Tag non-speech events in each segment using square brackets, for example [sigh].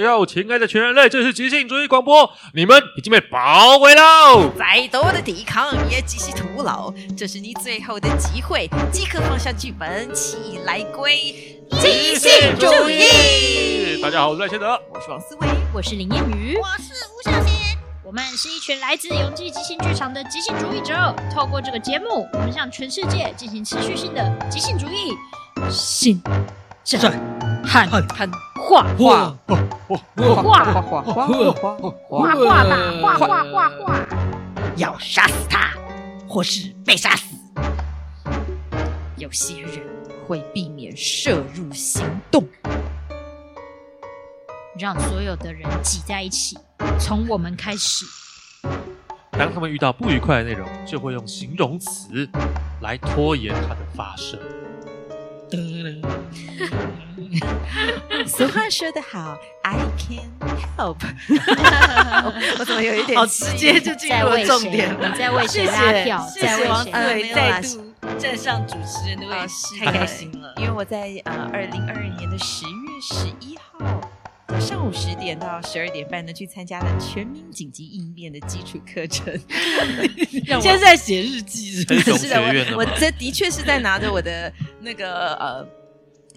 下午，亲爱的全人类，这是即兴主义广播，你们已经被包围喽！再多的抵抗也只是徒劳，这是你最后的机会，即刻放下剧本，起来归即兴主义。大家好，我是赖先德。我是王思维，我是林燕瑜。我是吴小新，我们是一群来自永济即兴剧场的即兴主义者。透过这个节目，我们向全世界进行持续性的即兴主义、信、战、汉、汉、画、哇 [laughs] 画、画、哇 [laughs] 画画哇吧，画画画画。要杀死他，或是被杀死。有些人会避免摄入行动。让所有的人挤在一起，从我们开始。当他们遇到不愉快的内容，就会用形容词来拖延它的发生。俗话说得好，I can help [laughs] 我。我怎么有一点好直接就进在入为了重谁点？了。你在为谁谢拉谢票？谢在谢为王思谁？呃维再再度 [laughs] 度站上主持人的位啊置，是哦太的开心了。因为我在呃二零二二年的十月十一号的上午十点到十二点半呢，去参加了全民紧急应变的基础课 [laughs] 程。现在在写日记是不黑是熊是学的，院的我我吗？这的确是在拿着我的那个呃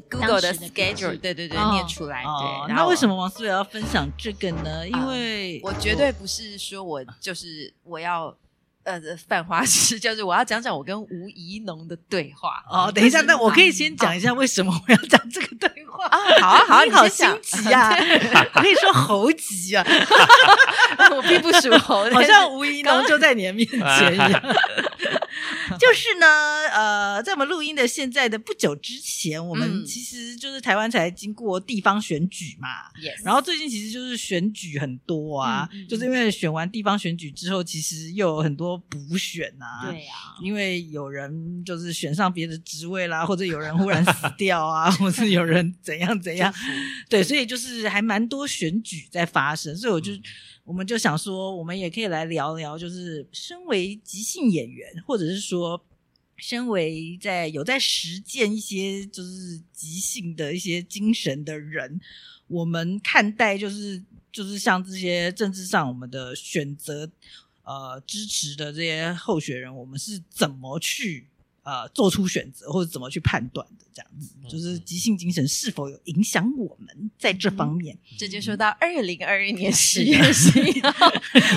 Google 的当时的笔记 schedule，对对对，哦念出来。哦对，，那为什么？么王思维要分享这个呢？因为我绝对不是说我就是我要呃犯花痴， [laughs] 就是我要讲讲我跟吴怡农的对话。哦，等一下，就是那我可以先讲一下为什么我要讲这个对 [laughs] 话啊，好啊，好啊， [laughs] 你你好先讲！心急啊！[laughs] 我可以说猴 [laughs] 急啊，我并不 [laughs] 属猴，好但是像吴一农就在你的面前一 [laughs] 样。 [laughs] 就是呢，呃，在我们录音的现在的不久之前，我们嗯其实就是台湾才经过地方选举嘛， Yes 然后最近其实就是选举很多啊，嗯嗯嗯就是因为选完地方选举之后，其实又有很多补选啊，对啊，因为有人就是选上别的职位啦，或者有人忽然死掉啊， [laughs] 或是有人怎样怎样，对，所以就是还蛮多选举在发生，所以我嗯就、我们就想说，我们也可以来聊聊，就是身为即兴演员，或者是说。身为在有在实践一些就是即兴的一些精神的人，我们看待就是就是像这些政治上我们的选择呃支持的这些候选人，我们是怎么去呃做出选择，或者怎么去判断的？这样子，嗯就是即兴精神是否有影响我们在这方面？这就说到二零二一年 [laughs] 十月十一号，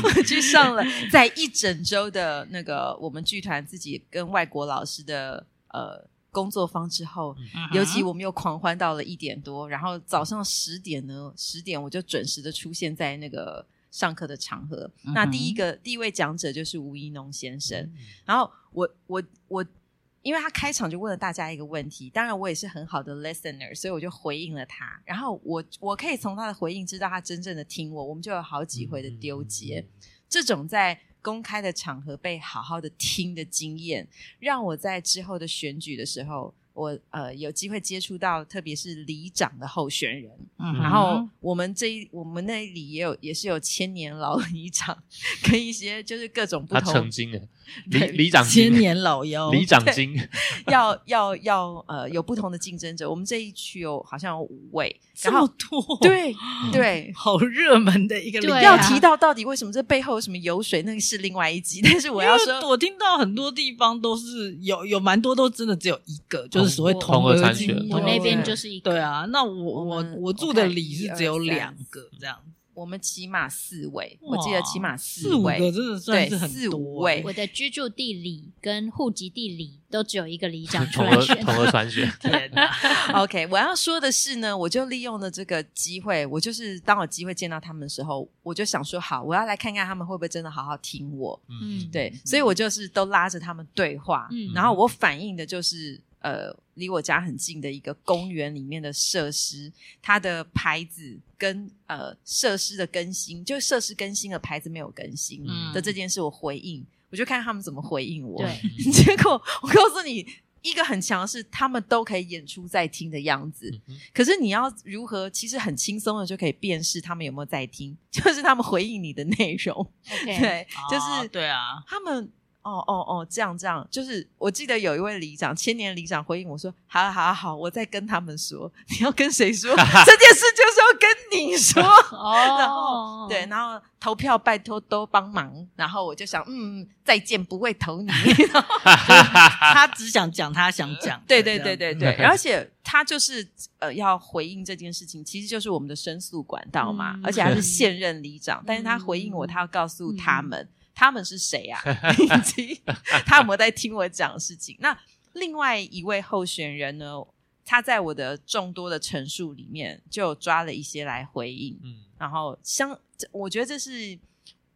我去上了在一整周的那个我们剧团自己跟外国老师的呃工作坊之后，嗯尤其我们又狂欢到了一点多，然后早上十点呢，十点我就准时的出现在那个上课的场合。嗯哼那第一个第一位讲者就是吴一农先生，然后我我我，因为他开场就问了大家一个问题，当然我也是很好的 listener，所以我就回应了他。然后我我可以从他的回应知道他真正的听我，我们就有好几嗯回的丢结。这种在公开的场合被好好的听的经验，让我在之后的选举的时候，我呃有机会接触到，特别是里长的候选人。嗯哼然后我们这一我们那里也有也是有千年老里长， [laughs] 跟一些就是各种不他同曾经哎，里对里长千经，年老妖，里长经，要要要呃有不同的竞争者。我们这一区有好像有五位，这然么后多，， [laughs] 对对。好热门的一个领域对啊要提到到底为什么这背后有什么油水，那个是另外一集。但是我要因为说，我听到很多地方都是有有蛮多都真的只有一个，就是所谓同同额额参竞选争我那边对就是一个对啊，那我我我们我住我的看里是一只有二三两个这样，我们起码四位，我记得哇起码四五个位。真的算对是很四五多位欸我的居住地理跟户籍地理都只有一个里长出同来额选同， [laughs] 额参选，天哪 OK，我要说的是呢，我就利用了这个机会，我就是当我机会见到他们的时候，我就想说，好，我要来看看他们会不会真的好好听我。嗯对，所以我就是都拉着他们对话，嗯然后我反映的就是呃，离我家很近的一个公园里面的设施，它的牌子跟呃设施的更新，就设施更新了，牌子没有更新嗯的这件事，我回应，我就看他们怎么回应我。对， [laughs] 结果我告诉你。一个很强的是，他们都可以演出在听的样子，嗯哼可是你要如何？其实很轻松的就可以辨识他们有没有在听，就是他们回应你的内容。 ，OK，哦对，就是嗯啊对啊，他们哦哦哦，这样这样，就是我记得有一位里长，千年里长回应我说：“好啊好啊好，我再跟他们说， [laughs] 你要跟谁说这件事，就是要跟你说。然哦后，对，然后投票拜托多帮忙。然后我就想，嗯，再见不会投你。然后他只想讲他想讲的，对对这对样对子 [laughs] 对，而且他就是呃要回应这件事情，其实就是我们的申诉管道嘛，嗯而且他是现任里长，但是他回应我，他要告诉他们、他们是谁啊， [laughs] 以及他有没有在听我讲事情。那另外一位候选人呢，他在我的众多的陈述里面就抓了一些来回应， [laughs] 嗯，然后相，这我觉得这是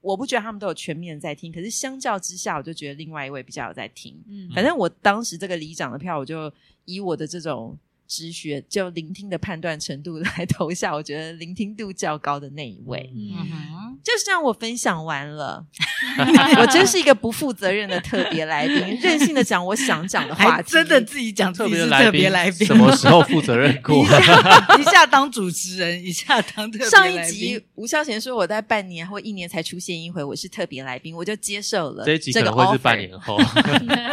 我不觉得他们都有全面在听，可是相较之下，我就觉得另外一位比较有在听。嗯反正我当时这个里长的票，我就以我的这种直觉，就聆听的判断程度来投下，我觉得聆听度较高的那一位。嗯嗯哼就是让我分享完了，我真是一个不负责任的特别来宾，任性的讲我想讲的话还题，真的自己讲嗯自特己别的是来特宾别来宾，什么时候负责任过 [laughs] 一？ [laughs] 下一下当主持人，一下当特别上一来宾集吴孝贤说我在半年或一年才出现一回，我是特别来宾，我就接受 [laughs] 了这一集可个能会是 offer 半。年后，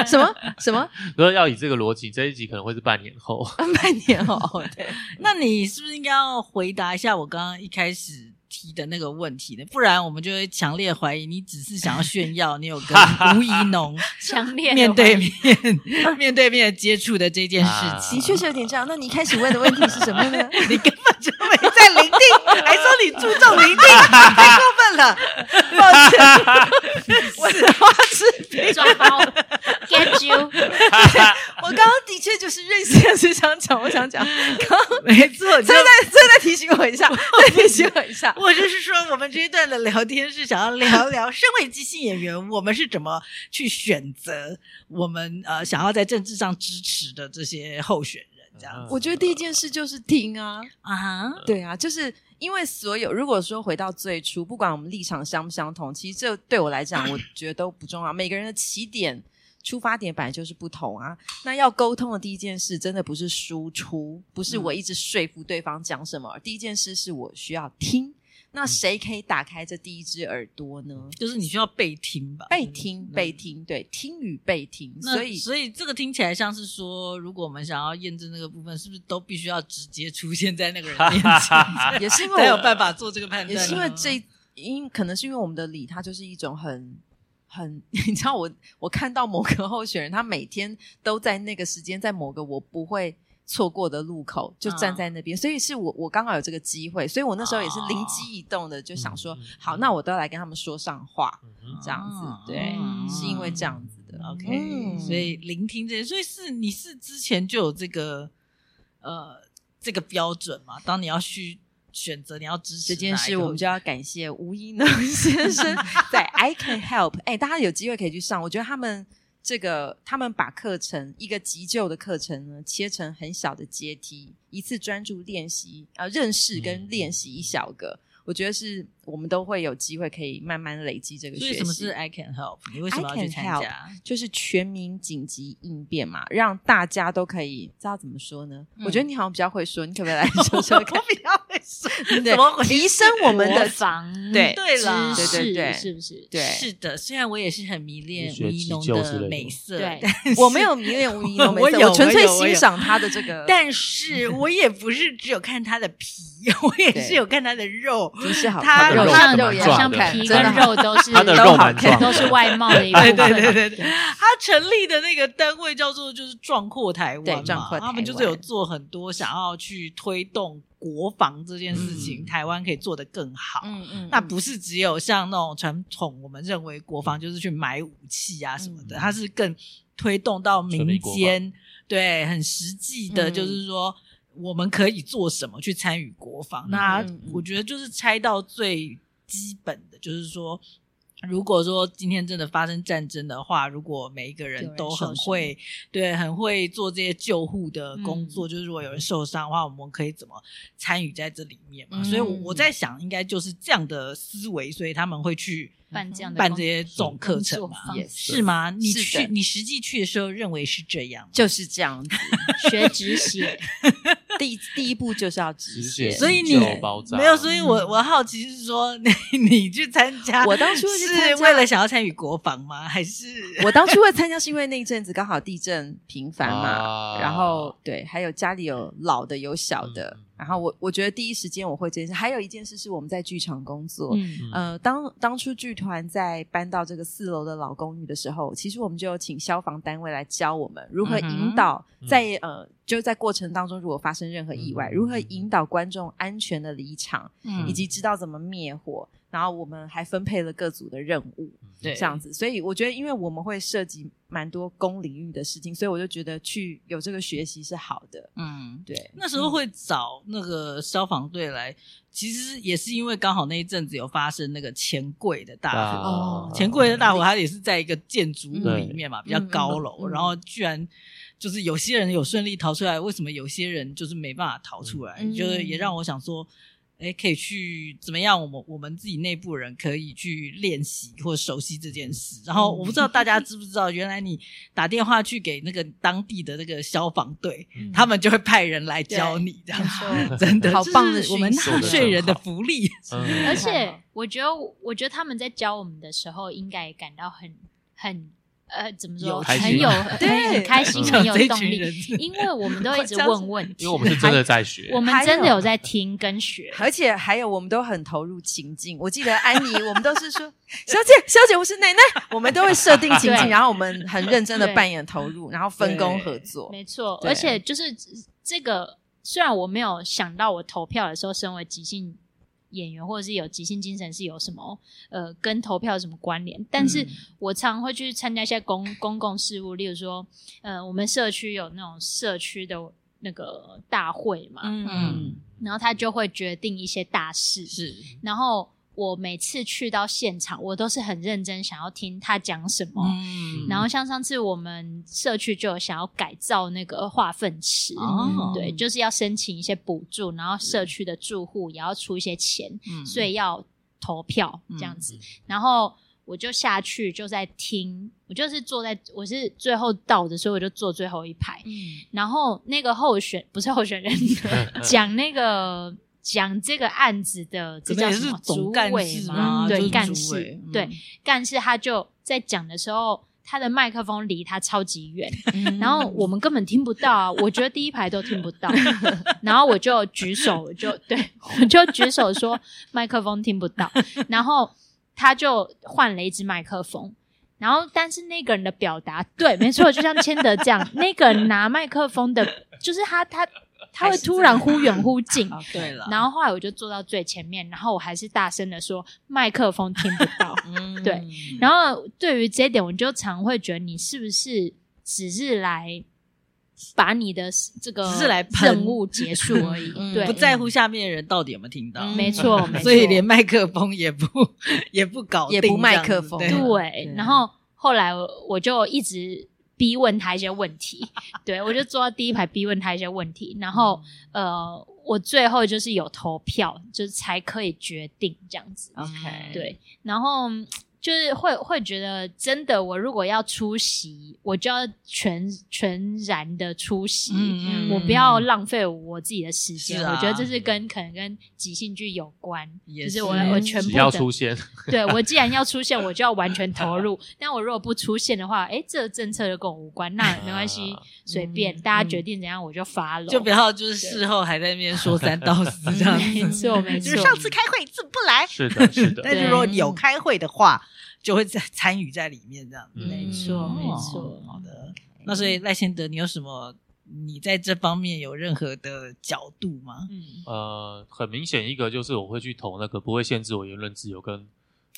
什么什么 [laughs] 说要以这个逻辑，这一集可能会是半年后。半年哦？哦对，那你是不是应该要回答一下我刚刚一开始提的那个问题呢？不然我们就会强烈怀疑你只是想要炫耀你有跟吴怡 [laughs] 农 [laughs] 强烈地面对怀疑面面对面接触的这件事啊情。的确是有点这样。那你一开始问的问题是什么呢？你根本就没在聆听，还说你注重聆听， [laughs] 太过分了！抱歉，我是花痴女抓包 get you，我刚刚的确就是任性的是想讲，我想讲，刚刚没错，[laughs] 就所以再所以再提醒我一下，再提醒我一下。我就是说，我们这一段的聊天是想要聊聊，身为即兴演员，我们是怎么去选择我们呃想要在政治上支持的这些候选人，这样子我觉得第一件事就是听啊，啊？对啊，就是因为所有如果说回到最初，不管我们立场相不相同，其实这对我来讲，我 [clears throat] 觉得都不重要。每个人的起点、出发点本来就是不同啊。那要沟通的第一件事，真的不是输出，不是嗯我一直说服对方讲什么，而第一件事是我需要听。嗯那谁可以打开这第一只耳朵呢？就是你需要嗯被听吧，被听，嗯被。听，对，听与被听。那所以所以这个听起来像是说，如果我们想要验证那个部分，是不是都必须要直接出现在那个人面前，也是因 [laughs] 才为有我办法做这个判断也呢？是因为这，因可能是因为我们的理，它就是一种很很， [laughs] 你知道我我看到某个候选人，他每天都在那个时间，在某个我不会错过的路口，就嗯站在那边，所以是我我刚好有这个机会，所以我那时候也是灵机一动的，就想说，嗯嗯嗯好，那我都要来跟他们说上话，嗯这样子，哦对，嗯是因为这样子的。 OK，、嗯所以聆听这些，所以是你是之前就有这个呃这个标准嘛？当你要去选择你要支持这件哪一事，个我们就要感谢吴一农 [laughs] 先生在 I Can Help。哎，大家有机会可以去上，我觉得他们这个他们把课程一个急救的课程呢，切成很小的阶梯，一次专注练习啊、呃认识跟嗯练习一小个，我觉得是我们都会有机会可以慢慢累积这个所以学什么是习。 I can help？你为什么要去 I can 参加？就是全民紧急应变嘛，让大家都可以知道怎么说呢？嗯我觉得你好像比较会说，你可不可以来说说 [laughs] 看？比较会说，对怎么回，事提升我们的国防对对啦知识对对对是不是？对是的，虽然我也是很迷恋你学吴一农急救之类的吗美色，对， [laughs] 我没有迷恋吴一农，没我错有我纯粹我有我有欣赏他的这个，但是我也不是只有看他的皮， [laughs] 我也是对有看他的肉。不是好他看肉像肉也好像蛮壮的皮真的跟肉都是他的都肉好蛮看壮的，都是外貌的一部对分。哎对对 [laughs] 对对，他成立的那个单位叫做就是壮阔台湾嘛，对壮阔台湾他们就是有做很多想要去推动国防这件事情，嗯台湾可以做得更好。嗯嗯，那不是只有像那种传统我们认为国防就是去买武器啊什么的，嗯它是更推动到民国防间，对，很实际的，嗯就是说我们可以做什么去参与国防。那嗯嗯我觉得就是拆到最基本的，就是说。如果说今天真的发生战争的话，如果每一个有人人都受很伤会，对，很会做这些救护的工作，就是如果有人受伤的话，我们可以怎么参与在这里面嘛？嗯所以我我在想，应该就是这样的思维，所以他们会去办这样的办工这些这种课程嘛工作坊 Yes 是吗？你是去的你实际去的时候认为是这样吗？就是这样子，学止血，第第一步就是要止血，所以你就包扎没有，所以我嗯我好奇是说，你你去参加，我当初去参是加为了想要参与国防吗？还是我当初会参加是因为那一阵子刚好地震频繁 [laughs] 嘛，啊然后对，还有家里有老的有小的，嗯然后我我觉得第一时间我会这件事，还有一件事是我们在剧场工作。嗯嗯呃，当当初剧团在搬到这个四楼的老公寓的时候，其实我们就有请消防单位来教我们如何嗯引哼导嗯在，呃，就在过程当中，如果发生任何意外，嗯如何引导观众安全的离场，以嗯及知道怎么灭火。然后我们还分配了各组的任务，对这样子。所以我觉得，因为我们会涉及蛮多公领域的事情，所以我就觉得去有这个学习是好的。嗯，对，那时候会找那个消防队来，其实也是因为刚好那一阵子有发生那个钱柜的大火。哦钱柜的大火，它也是在一个建筑物嗯对里面嘛，比较高楼，嗯嗯然后居然就是有些人有顺利逃出来，为什么有些人就是没办法逃出来？嗯就是也让我想说，哎，可以去怎么样？我们我们自己内部人可以去练习或熟悉这件事。然后我不知道大家知不知道，原来你打电话去给那个当地的那个消防队，嗯 [laughs] 他们就会派人来教你这 [laughs] 样子。 [laughs] 没错真的好棒的这是我们讯息纳税人的福利。嗯而且我觉得，我觉得他们在教我们的时候，应该也感到很很呃，怎么有说，开很心有吗很 [laughs] 对很开心，嗯很 [laughs] 有这动群力，人因为我们都一直快问问题，因为我们是真的还，在学，我们还真的有有在听跟学， [laughs] 而且还有，我们都很投入情境。我记得安妮，我们都是说“小姐，小姐，我是奶奶”，我们都会设定情境，对然后我们很认真的对扮演投入，然后分工合作。没错，对而且就是这个，虽然我没有想到我投票的时候，身为即兴演员或者是有即兴精神是有什么呃跟投票有什么关联，但是我常会去参加一些公 [laughs] 公共事务，例如说，呃，我们社区有那种社区的那个大会嘛，嗯，然后他就会决定一些大事，是然后。我每次去到现场，我都是很认真想要听他讲什么，嗯然后像上次我们社区就有想要改造那个化粪池，哦对，就是要申请一些补助，然后社区的住户也要出一些钱，嗯所以要投票嗯这样子嗯。然后我就下去就在听，我就是坐在我是最后到的，所以我就坐最后一排。嗯然后那个候选不是候选 [laughs] 人讲那个。讲这个案子的，这可叫能也什是么？总干主委事吗？嘛，就对，是嗯干主事委，对，，但是他就在讲的时候，他的麦克风离他超级远，嗯 [laughs] 然后我们根本听不到啊，我觉得第一排都听不到， [laughs] 然后我就举手，我就对我就举手说麦克风听不到，然后他就换了一支麦克风。然后，但是那个人的表达，对，没错，就像千德这样，那个人拿麦克风的，就是他，他，他还会是突这然样忽远忽近，啊对了，然后后来我就坐到最前面，然后我还是大声的说麦克风听不到，嗯对，然后对于这一点，我就常会觉得你是不是只是来把你的这个只是来喷任务结束而已，嗯对，不在乎下面的人到底有没有听到，嗯没 [laughs] 错，没错，所以连麦克风也不也不搞定也这样不子，麦克风对对，然后后来我我就一直逼问他一些问 [laughs] 题，对我就坐到第一排逼问他一些问题，然后嗯呃，我最后就是有投票，就是才可以决定这样子，啊 OK，对，然后嗯就是会会觉得，真的，我如果要出席，我就要全全然的出席，嗯，嗯我不要浪费我自己的时间。是啊我觉得这是跟可能跟即兴剧有关，也就是是我我全只部要的，出现，对我既然要出现，我就要完全投入。但我如果不出现的话，哎，这个政策就跟我无关，那没关系啊，随便、嗯大家嗯决定怎样，我就发了。就不要就是事后还在 [laughs] 那边说三道四这样子，没错没就是错嗯上次开会怎么不来？是的，是的，但是如果有开会的话，就会在参与在里面这样子。嗯没错嗯没错，好的。那所以赖先德，你有什么？你在这方面有任何的角度吗？嗯，呃，很明显一个就是我会去投那个不会限制我言论自由，跟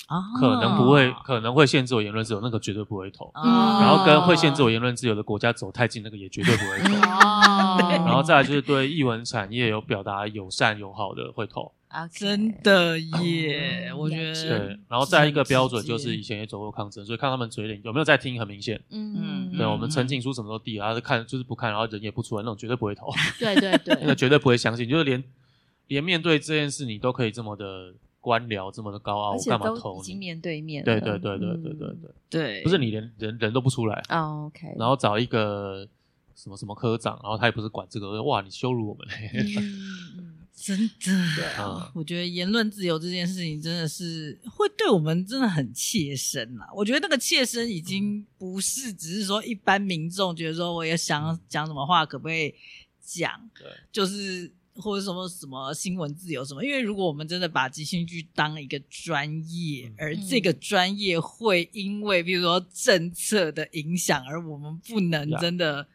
啊可能不会、可能会限制我言论自由，那个绝对不会投。啊然后跟会限制我言论自由的国家走太近，那个也绝对不会投。 [laughs] 哦，然后再来就是对艺文产业有表达友善友好的会投，真的耶，嗯我觉了解得对。然后再一个很直标准就是接以前也走过抗争，所以看他们嘴脸有没有在听，很明显。嗯，对我们嗯陈情书什么都递了，他就看就是不看，然后人也不出来，那种绝对不会 [laughs] 投，对对嗯那个对，绝对不会相信。就是连连面对这件事，你都可以这么的官僚，这么的高傲，而我且干嘛都投已经你？面对面了，对对对对对对嗯对对，对，不是你连人人都不出来，哦，OK，然后找一个什么什么科长，然后他也不是管这个，哇，你羞辱我们嘞！嗯真的，对啊 [laughs] [laughs] 我觉得言论自由这件事情真的是会对我们真的很切身啦。我觉得那个切身已嗯经不是只是说一般民众觉得说我也想讲什么话可不可以讲，嗯对，就是或者什么什么新闻自由什么。因为如果我们真的把即兴剧当一个专业，嗯而这个专业会因为比如说政策的影响，而我们不能呀真的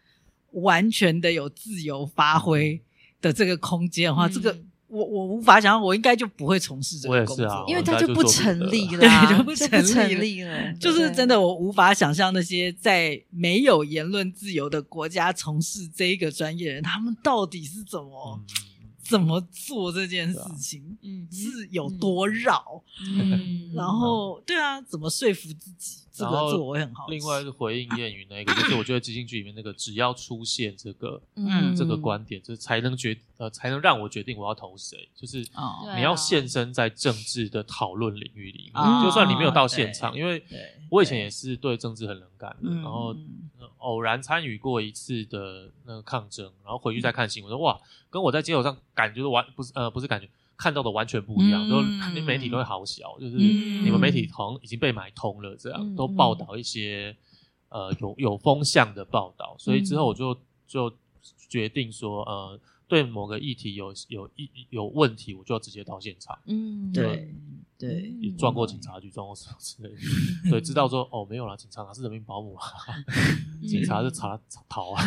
完全的有自由发嗯挥的这个空间的话，嗯这个。我我无法想象，我应该就不会从事这我个也工是作，啊因为我它应该就就做不不成得立了啦，对 [laughs] 就不这成立成了立了，就是真的。的，我无法想象那些在没有言论自由的国家从事这一个专业的人，他们到底是怎嗯么、怎么做这件啊事情，嗯是有多绕，嗯然后对啊，怎么说服自己，这个然后这个我也很好奇。另外，是回应谚语那个，就是我觉得即兴剧里面那个，只要出现这个嗯这个观点，就是才能决呃才能让我决定我要投谁，就是哦对啊你要现身在政治的讨论领域里面，啊就算你没有到现场，对因为对我以前也是对政治很冷感的，嗯然后呃偶然参与过一次的那个抗争，然后回嗯去再看新闻，说哇，跟我在街头上感觉都完不是呃不是感觉看到的完全不一样，嗯都那媒体都会好小，就是嗯你们媒体好像已经被买通了，这样嗯都报道一些呃有有风向的报道，所以嗯之后我就就决定说呃。对某个议题有有一有问题，我就要直接到现场，嗯，对对，也撞过警察局，撞过什么之类 [laughs] 的，对，知道说哦没有啦，警察哪是人民保姆啊，嗯 [laughs] 嗯警察是查查逃啊，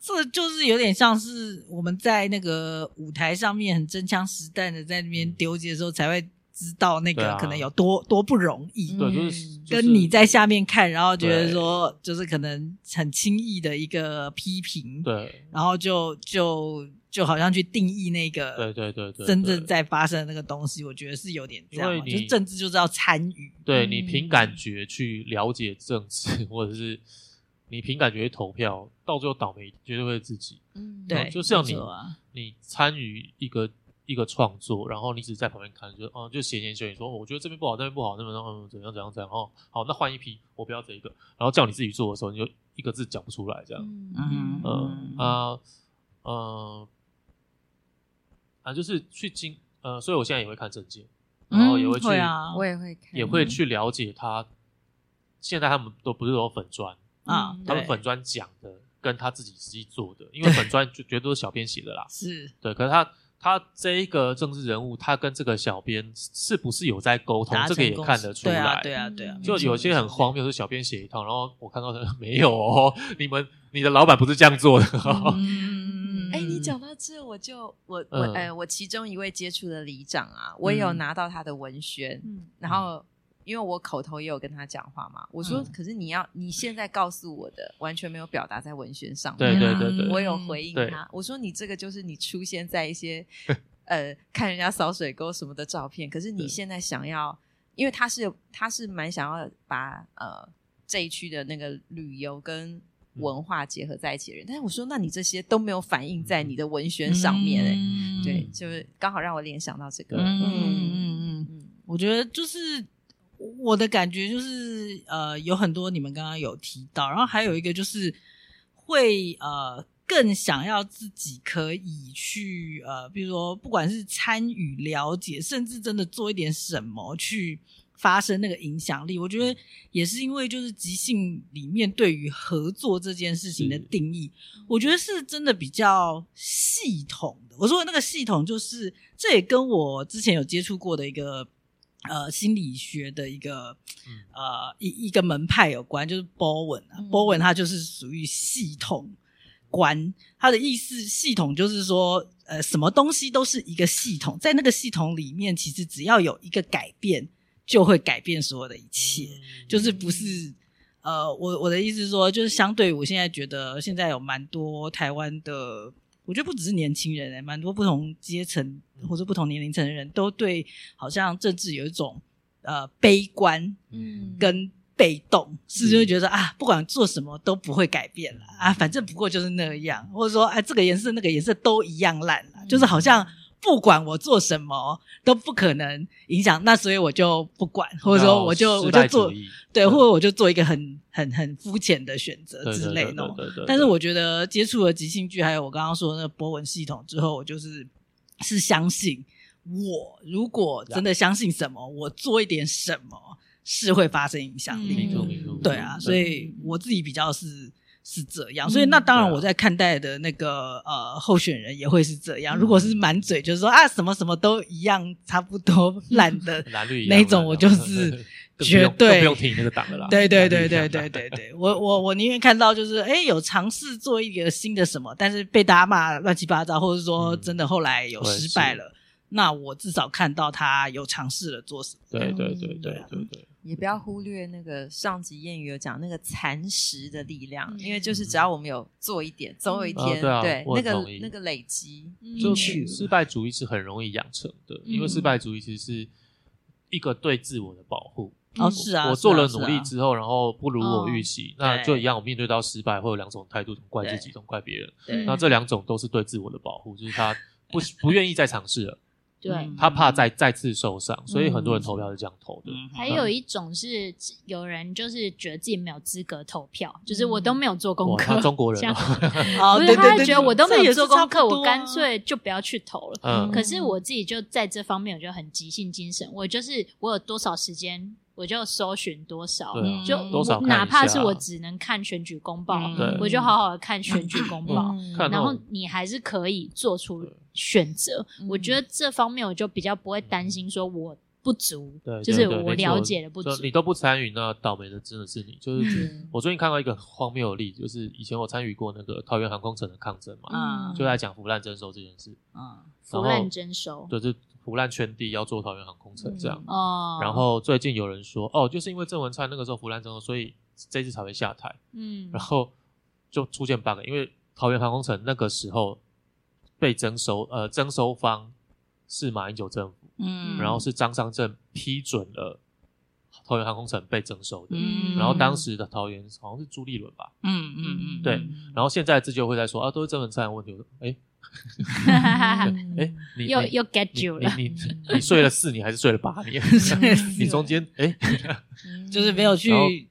这就是有点像是我们在那个舞台上面很真枪实弹的在那边丢接的时候，才会知道那嗯对个啊可能有多、多不容易。对，就是就是跟你在下面看，然后觉得说就是可能很轻易的一个批评，对然后就就就好像去定义那对个对对对，真正对在发生的那个东西，我觉得是有点这样因嘛，为你就是政治就是要参与，对嗯你凭感觉去了解政治，或者是你凭感觉去投票，到最后倒霉绝对会是自己。嗯 [laughs] 对，就像你没错啊你参与一个一个创作，然后你只是在旁边看，就哦、就闲言闲语说、哦，我觉得这边不好，那边不好，那边嗯怎样怎样怎样哦，好，那换一批，我不要这一个，然后叫你自己做的时候，你就一个字讲不出来，这样。嗯嗯啊，呃，啊，就是去经呃，所以我现在也会看证件，然后也会嗯去，会啊，我也会看，也会去了解他。现在他们都不是有粉砖，啊，他们对粉砖讲的跟他自己实际做的，因为粉砖就绝对都是小编写的啦。是对，可是他他这一个政治人物，他跟这个小编是不是有在沟通，达这成个也共看识得出对来嗯啊，。对啊，对啊，就没错有些很没错荒谬，是小编写一套，然后我看到的没有哦，你们你的老板不是这样做的、哦。嗯哎，你讲到这，我就我我嗯哎，我其中一位接触的里长啊，我也有嗯拿到他的文宣，嗯然后因为我口头也有跟他讲话嘛，我说，嗯可是你要你现在告诉我的，完全没有表达在文宣上对面对啊对对我有回应对他，我说你这个就是你出现在 [laughs] 一些呃看人家扫水沟什么的照片，可是你对现在想要，因为他是他是蛮想要把呃这一区的那个旅游嗯跟文化结合在一起的人，但是我说那你这些都没有反映在你的文宣上面哎、嗯对，就是刚好让我联想到这个，对嗯嗯嗯嗯，嗯我觉得就是我的感觉就是呃，有很多你们刚刚有提到，然后还有一个就是会呃。更想要自己可以去呃，比如说不管是参与、了解，甚至真的做一点什么去发生那个影响力，我觉得也是因为就是即兴里面对于合作这件事情的是定义，我觉得是真的比较系统的。我说的那个系统，就是这也跟我之前有接触过的一个呃心理学的一个嗯呃一一个门派有关，就是 Bowen 啊、嗯 Bowen 他就是属于系统观，他的意思系统就是说。呃，什么东西都是一个系统，在那个系统里面，其实只要有一个改变，就会改变所有的一切。就是不是呃，我我的意思是说，就是相对我现在觉得现在有蛮多台湾的，我觉得不只是年轻人、欸，蛮多不同阶层或者不同年龄层的人都对好像政治有一种呃悲观嗯跟被动，是就会觉得啊，不管做什么都不会改变啊了啊，反正不过就是那样，或者说哎、这个颜色那个颜色都一样烂了，就是好像。不管我做什么都不可能影响，那所以我就不管，或者说我就我就做对，或者我就做一个很很很肤浅的选择之类的。嗯对对对但是我觉得接触了即兴剧，还有我刚刚说的那个博文系统之后，我就是是相信我，如果真的相信什么，我做一点什么是会发生影响力嗯没的。错嗯没错，对啊，所以我自己比较是是这样，所以那嗯当然对啊我在看待的那个呃候选人也会是这样。如果是嗯，满嘴就是说啊什么什么都一样，差不多 [laughs] 烂的蓝绿一样那一种，我就是。绝对更不用听那个党的啦。对对蓝对绿一对样对对对，我我我宁愿看到就是哎有尝试做一个新的什么，但是被大家骂乱七八糟，或者说嗯真的后来有我也失是败了，那我至少看到他有尝试了嗯做什么。对对对对对对，也不要忽略那个上集谚语有讲那个蚕食的力量，嗯因为就是只要我们有做一点，总有一啊天，对啊我那很个同意那个累积，嗯就去是了失败主义是很容易养成的，因为失败主义其实是一个对自我的保护。哦，是啊，我是做了啊是努力啊之后，然后不如我嗯预期，那对就一样。我面对到失败，会有两种态度，一种怪自己，对一种怪别人。嗯对那这两种都是对自我的保护，就是他不不愿意再尝试了，对嗯，他怕再再次受伤，所以很多人投票是这样投的。嗯还有一种是有人就是觉得自己没有资格投票，就是我都没有做功哇，课他，中国人这样哦，[laughs] 嗯哦，不对是，对他会对觉得我都这没有也做是功差不课，多我啊干脆就不要去投了。嗯可是我自己就在这方面，我就很即兴精神，我就是我有多少时间，我就搜寻多少， [laughs] 对啊，就嗯多少看一下啊哪怕是我只能看选举公报，嗯对我就好好的看选举公报。嗯看然到后你还是可以做出选择，嗯我觉得这方面我就比较不会担心说我不足，对，就是对对我没错了解的不足嗯就。你都不参与，那倒霉的真的是你。就是我最近看到一个很荒谬的例子，就是以前我参与过那个桃园航空城的抗争嘛，嗯就在讲腐烂征收这件事，嗯腐烂征收对，就是腐烂圈地要做桃园航空城这样。嗯哦，然后最近有人说，哦，就是因为郑文灿那个时候腐烂征收，所以这次才会下台。嗯，然后就出现 bug，因为桃园航空城那个时候被征收，呃，征收方是马英九政府，嗯然后是张尚正批准了桃园航空城被征收的。嗯然后当时的桃园好像是朱立伦吧，嗯嗯嗯，对 [laughs] 嗯然后现在自救会在说啊，都是郑文灿的问题。我说，哎哎，嗯你 [laughs] 嗯又你又 get 你 you 你了，嗯你你睡了四年还是睡了八 [laughs] 年？你中间哎，就是没有去嗯然后，就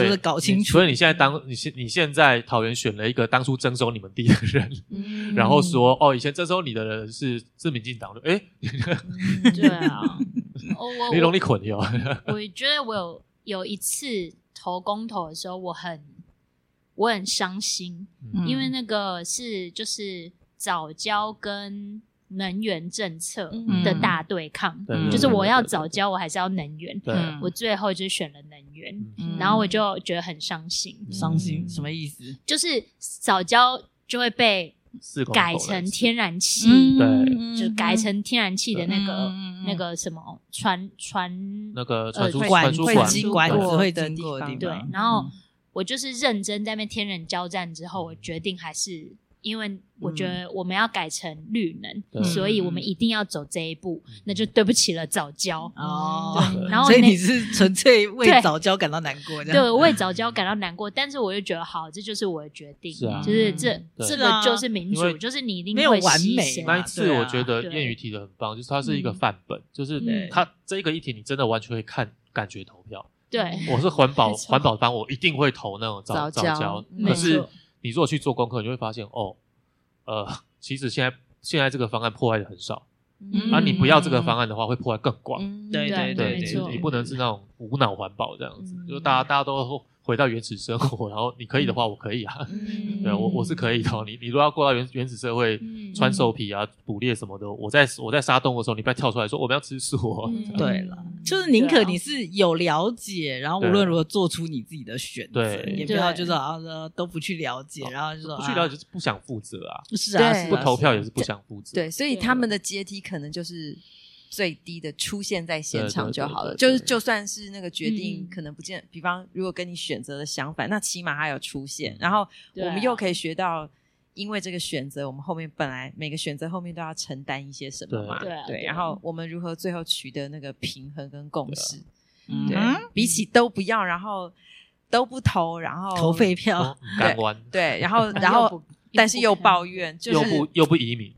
对，是搞清你楚。所以你现在当你现你现在桃园选了一个当初征收你们地的人，嗯然嗯后说哦，以前征收你的人是是民进党的，哎， [laughs] 嗯 [laughs] 对啊， [laughs] 哦我嗯你容我易混淆。我觉得我有有一次投公投的时候，我很我很伤心，嗯因为那个是就是早教跟能源政策嗯的大对抗，对对嗯就是我要对对对早教，我还是要能源，对，嗯我最后就选了能源，嗯然后我就觉得很伤心，伤心嗯什么意思？就是早教就会被四公投改成天然气，嗯对嗯就改成天然气的那个、嗯嗯嗯嗯那个什么船船那个传嗯输传呃管输会管经对管对子会的经地过的方地对方，，然后我就是认真在那边天人交战之后，我决定还是因为我觉得我们要改成绿能，对所以我们一定要走这一步，那就对不起了早教。哦，嗯对然后所以那你是纯粹对为早教感到难过，这对，样我为早教感到难过，但是我就觉得好，这就是我的决定，是啊就是这对这是个啊就是民因主，为就是你一定没有会完牺美牲那一嘛次我觉得对啊谚语提的很棒，就是它是一个嗯范本，就是嗯它这个议题你真的完全会看感觉投票。对，我是环保没错环保方，我一定会投那种早早早教教。嗯可没是错你如果去做功课，你会发现哦，呃，其实现在现在这个方案破坏的很少，啊嗯而、你不要这个方案的话，会破坏更广。对对对对，嗯没你错你不能是那种无脑环保这样子，嗯就大家大家都回到原始生活，然后你可以的话，我可以啊，嗯对啊，我我是可以的哦。你你如果要过到原原始社会，嗯穿兽皮啊、捕猎什么的，我在我在杀动物的时候，你不要跳出来说我们要吃素哦。嗯对了，就是宁啊可你是有了解，然后无论如何做出你自己的选择，对哦也不要就是好像说都不去了解，然后就说不去了解解，就是不想负责啊，是啊，对是啊不投票也是不想负责。对，所以他们的阶梯可能就是最低的出现在现场就好了。对对就对对是就算是那个决定嗯可能不见，比方如果跟你选择的相反，那起码它有出现，然后对我啊们又可以学到。因为这个选择，我们后面本来每个选择后面都要承担一些什么嘛，对对啊对啊然后我们如何最后取得那个平衡跟共啊识？嗯对，哼比起都不要，然后都不投，然后投废票哦，，港湾对，然后 [laughs] 啊然又后不但是又抱怨，就又是不又不移民，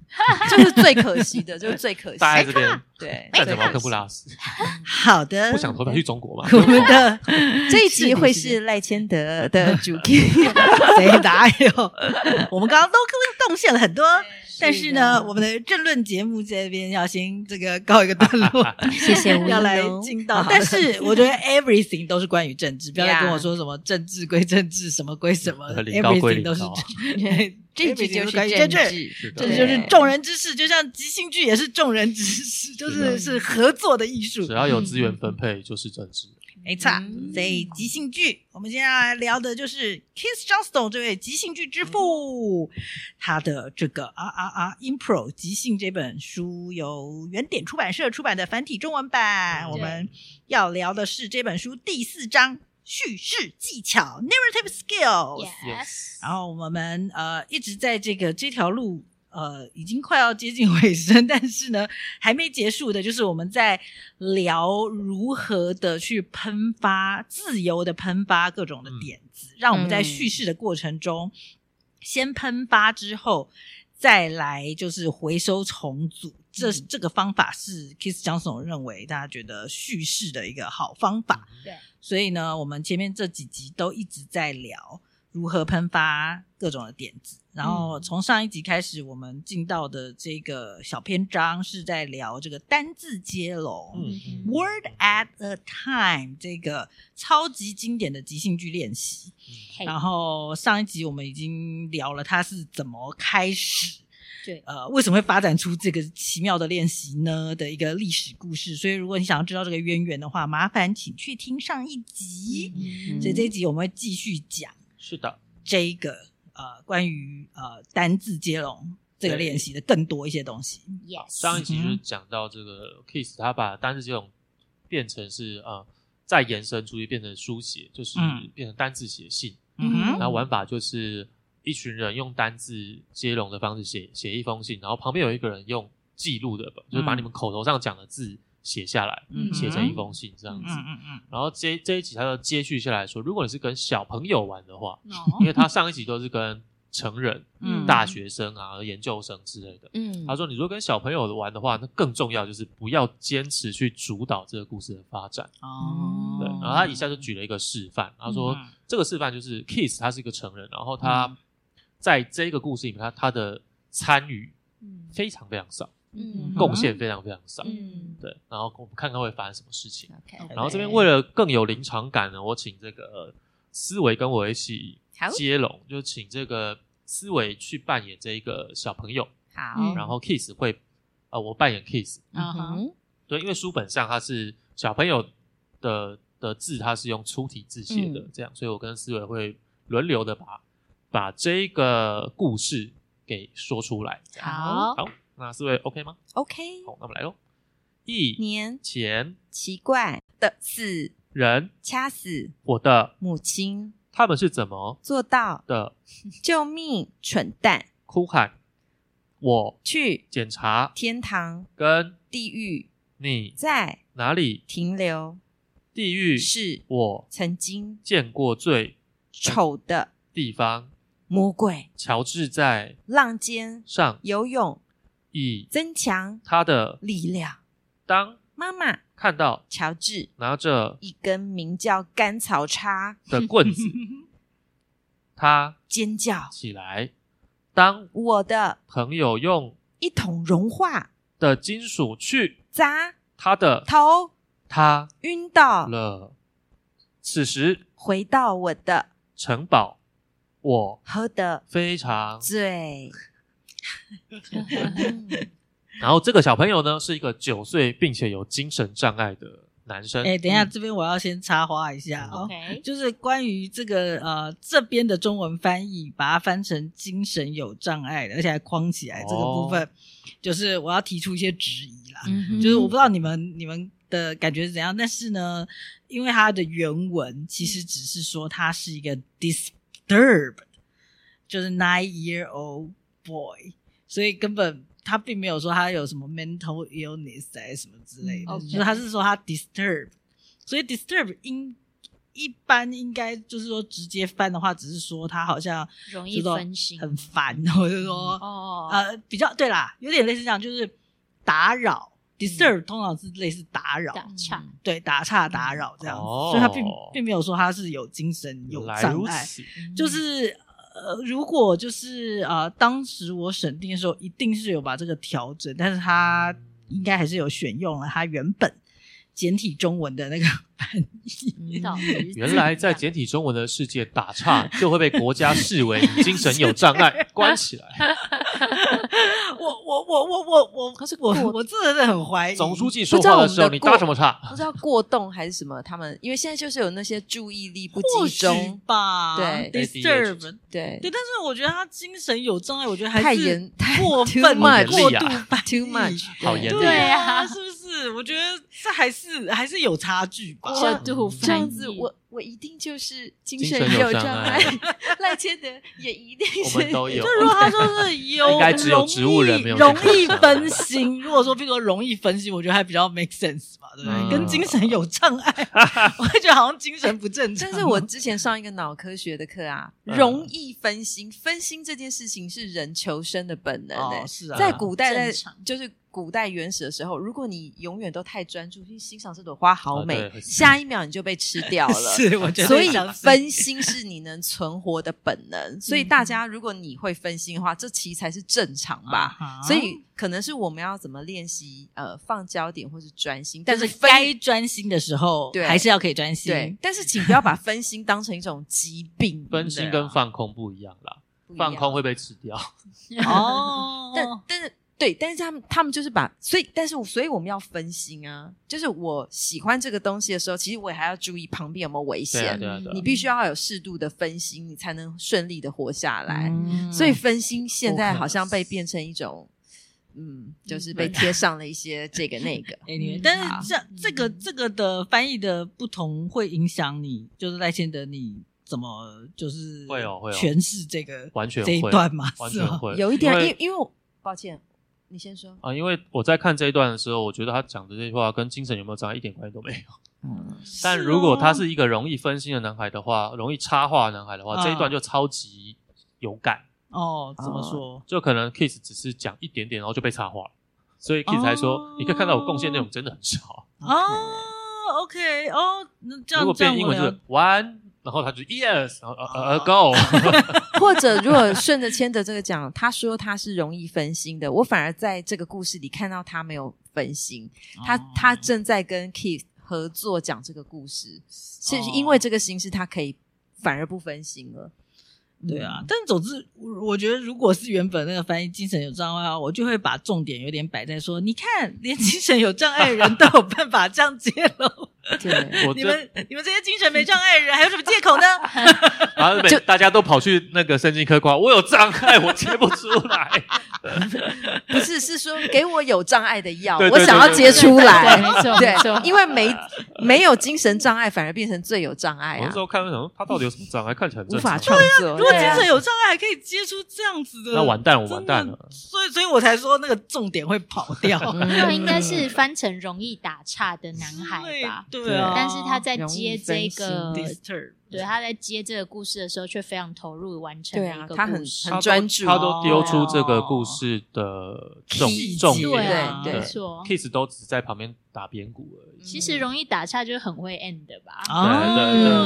就是最可惜的，就是 [laughs] 最可惜。待在这边对，站最着可茅坑惜不拉屎，好的，不想投票去中国嘛？ [laughs] 我们的 [laughs] 这一集会是是赖千德的 [laughs] 主 key，谁哪有？ [laughs] 我们刚刚都贡献了很多，但是呢，我们的政论节目这边要先这个告一个段 [laughs] 落，谢谢吴一 [laughs] 要来农进到。但是我觉得 everything 都是关于政治，不要再跟我说什么政治归政治，什么归什么领导归，everything 领都是导啊这一集就是关于政治。治，的这对就是众人之事，就像即兴剧也是众人之事，就是是合作的艺术只。要有资源分配就是政治。没错嗯，所以即兴剧，我们今天要来聊的就是 Kiss Johnston 这位即兴剧之父，他的这个啊啊啊 Impro 即兴这本书由原点出版社出版的繁体中文版。嗯我们要聊的是这本书第四章叙事技巧 （Narrative Skills）。 Yes，然后我们呃一直在这个这条路呃已经快要接近尾声，但是呢还没结束的，就是我们在聊如何的去喷发自由的喷发各种的点子，让我们在叙事的过程中、先喷发之后。再来就是回收重组，这、嗯这个方法是 Kiss Johnson 认为大家觉得叙事的一个好方法。所以呢，我们前面这几集都一直在聊如何喷发各种的点子。然后从上一集开始，我们进到的这个小篇章是在聊这个单字接龙、嗯 word at a time” 这个超级经典的即兴剧练习。嘿然后上一集我们已经聊了它是怎么开始，对呃，为什么会发展出这个奇妙的练习呢的一个历史故事。所以如果你想要知道这个渊源的话，麻烦请去听上一集。嗯所以这一集我们会继续讲是的，这一个呃关于呃单字接龙这个练习的更多一些东西。上一，Yes，集就是讲到这个 Kiss，他把单字这种变成是呃再延伸出去变成书写，就是嗯变成单字写信。嗯然哼，后玩法就是一群人用单字接龙的方式写写一封信，然后旁边有一个人用记录的，就是把你们口头上讲的字写下来，嗯写成一封信这样嗯子。嗯嗯然后这这一集他就接续下来说，如果你是跟小朋友玩的话，哦因为他上一集都是跟成人、嗯大学生啊、研究生之类的。嗯他说，你如果跟小朋友玩的话，那更重要就是不要坚持去主导这个故事的发展。哦，对，然后他一下就举了一个示范，他说、嗯这个示范就是 Kiss，他是一个成人，然后他在这个故事里面，他他的参与嗯非常非常少，嗯贡献非常非常少。嗯对，然后我们看看会发生什么事情。 ，OK，然后这边为了更有临场感呢，我请这个思维跟我一起好接龙，就请这个思维去扮演这一个小朋友，好，然后 Kiss 会，呃，我扮演 Kiss，嗯哼嗯对，因为书本上它是小朋友的的字，它是用粗体字写嗯的，这样，所以我跟思维会轮流的把把这个故事给说出来。这样好好，那思维 OK 吗？ ，OK，好，那我们来喽。一年前奇怪的死人，掐死我的母亲，他们是怎么做到的救命，蠢蛋，哭喊？我去检查天堂、跟地狱，你在哪里停留地狱？是我曾经见过最丑的地方。魔鬼，乔治在浪尖上游泳，以增强他的力量。当妈妈，看到乔治拿着一根名叫甘草叉，的棍 [laughs] 子，他尖叫，起来；当我的朋友用一桶融化，的金属去砸他的，头他晕倒，了。此时回到我的城堡，我喝的非常。醉。嗯然后这个小朋友呢，是一个九岁并且有精神障碍的男生。哎，等一下，嗯这边我要先插花一下哦。 ，OK，就是关于这个呃这边的中文翻译，把它翻成精神有障碍的，而且还框起来、哦这个部分，就是我要提出一些质疑啦。嗯就是我不知道你们你们的感觉是怎样，但是呢，因为它的原文其嗯实只是说他是一个 disturbed，就是 nine year old boy，所以根本他并没有说他有什么 mental illness 还是什么之类的，嗯就是他是说他 disturb，所以 disturb 应一般应该就是说直接翻的话，只是说他好像容就易是说分心很烦，我就说、哦，呃比较对啦，有点类似这样，就是打嗯扰。disturb 通常是类似打扰，打岔嗯对打岔打扰这样子，哦所以他并并没有说他是有精神有原来障如碍，此，就是呃，如果就是呃，当时我审定的时候，一定是有把这个调整，但是他应该还是有选用了他原本简体中文 [laughs] 的那个翻译。嗯到底是原来在怎简样体中文的世界打岔就会被国家视为你精神有障 [laughs] 碍，关起来。我我我我我我，他是我过我真的很怀疑总书记说话的时候，你搭什么 [laughs] 岔？不知道过动还是什么，他们因为现在就是有那些注意力不或集许中，吧，对，disturb，对，对，但是我觉得他精神有障碍，我觉得还是太严太过 too [laughs] 分 much 过度 much 翻 too 译 much， [laughs] 好严厉对啊啊，是不是？我觉得这还是还是有差距吧。过度翻译这样子 [laughs] 我我一定就是精神精神有障障碍， [laughs] 赖千德也一定我是们都有就。如果他 [laughs] 说是有应该只有植物人没有容这个易容易分心，如果说譬如说容易分心，我觉得还比较 make sense 吧，对不对？嗯跟精神有障碍，我会觉得好像精神不正常。哦但是我之前上一个脑科学的课啊，嗯容易分心，分心这件事情是人求生的本能、欸哦是啊在古代正在常就是古代原始的时候，如果你永远都太专注去欣赏这朵花好哦美，啊对下一秒你就被 [laughs] 吃掉了。是我觉得所以相信分心是你能存活的本 [laughs] 能，所以嗯大家如果你会分心的话，这其实才是正常吧。啊哈所以可能是我们要怎么练习呃放焦点或是专心，但就是是分该专心的时候，对还是要可以专心。对，但是请不要把分心当成一种疾病。嗯嗯分啊心跟放空不一样啦，不一样放空会被吃 [laughs] 掉。哦， [laughs] 但但是对，但是他们他们就是把，所以但是我所以我们要分心啊，就是我喜欢这个东西的时候，其实我也还要注意旁边有没有危对啊，险，对啊，对你啊。必须要有适度的分心，你才能顺利的活下来。嗯所以分心现在不可好像被变成一种，嗯，就是被嗯贴上了一些这个那 [laughs] 个。 Anyway，嗯但好是这这个这个的翻译的不同，会影响你，就是赖先德你怎么就是会哦会哦诠释这个完全这一会段嘛，完是哦全吗？会有一点，因为因为因为我抱歉，你先说。啊，因为我在看这一段的时候，我觉得他讲的这句话跟精神有没有障碍一点关系都没有。嗯，但是如果他哦是一个容易分心的男孩的话，容易插话的男孩的话，这一嗯段就超级有感。哦，怎么说？就可能 Kiss 只是讲一点点，然后就被插话了。所以 Kiss 才说，哦你可以看到我贡献内容真的很少。哦，OK，哦，那这如样果这样变英我哦文就了是 one，然后他就 yes，然后呃呃呃 go， [laughs] 或者如果顺着牵着这个讲，他说他是容易分心的，我反而在这个故事里看到他没有分心，他哦他正在跟 Keith 合作讲这个故事，是因为这个形式他可以反而不分心了。对啊，嗯但总之，我我觉得如果是原本那个翻译精神有障碍啊，我就会把重点有点摆在说，你看，连精神有障碍的人都有办法这样接喽，嗯，对，我你这们你们这些精神没障碍的人还有什么 [laughs] 借口呢？然后每就大家都跑去那个神经科挂，我有障碍，我接不出来， [laughs] 不是是说给我有障碍的药，对我对想要接出对来。没错，对没错，因为没没有精神障碍，反而变成最有障碍我那啊时，候看我想说他到底有什么障碍，看起来很无正法常。创作。如果对精啊神有障碍，还可以接触这样子的，那完蛋了，我真的完蛋了。所以，所以我才说那个重点会跑掉。嗯 [laughs] 那应该是翻成容易打岔的男孩对吧？对啊，但是他在容易接这个分， disturb，对，啊他在接这个故事的时候，却非常投入完成对了啊一个，他很故事。很专注，他都丢出这啊个故事的重细节重哦对点啊，，对没对错。 ，Kiss 都只在旁边打边鼓而已。其嗯实容易打岔就是很会 end 的吧？啊，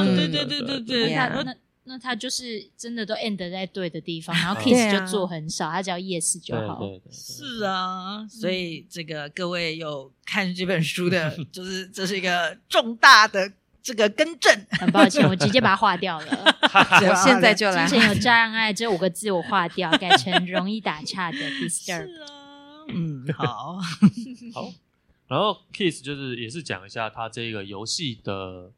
对对对对对对对对对对，对那啊那那那他就是真的都 end 在对 [laughs] 的地方，然后嗯 kiss 对就啊做很少，他只要 yes 就对好。对 [laughs] 对，是啊，所嗯以这个各位有看这本 [laughs] 书的，就是这是一个重大的这个更 [laughs] 正，很抱歉，我直接把它划掉了。啊我现在就来精神有障碍这五个字我划掉，改成容易打岔的是 disturb。啊，嗯，好， [laughs] 好，然后 Kiss 就是也是讲一下他这个游戏的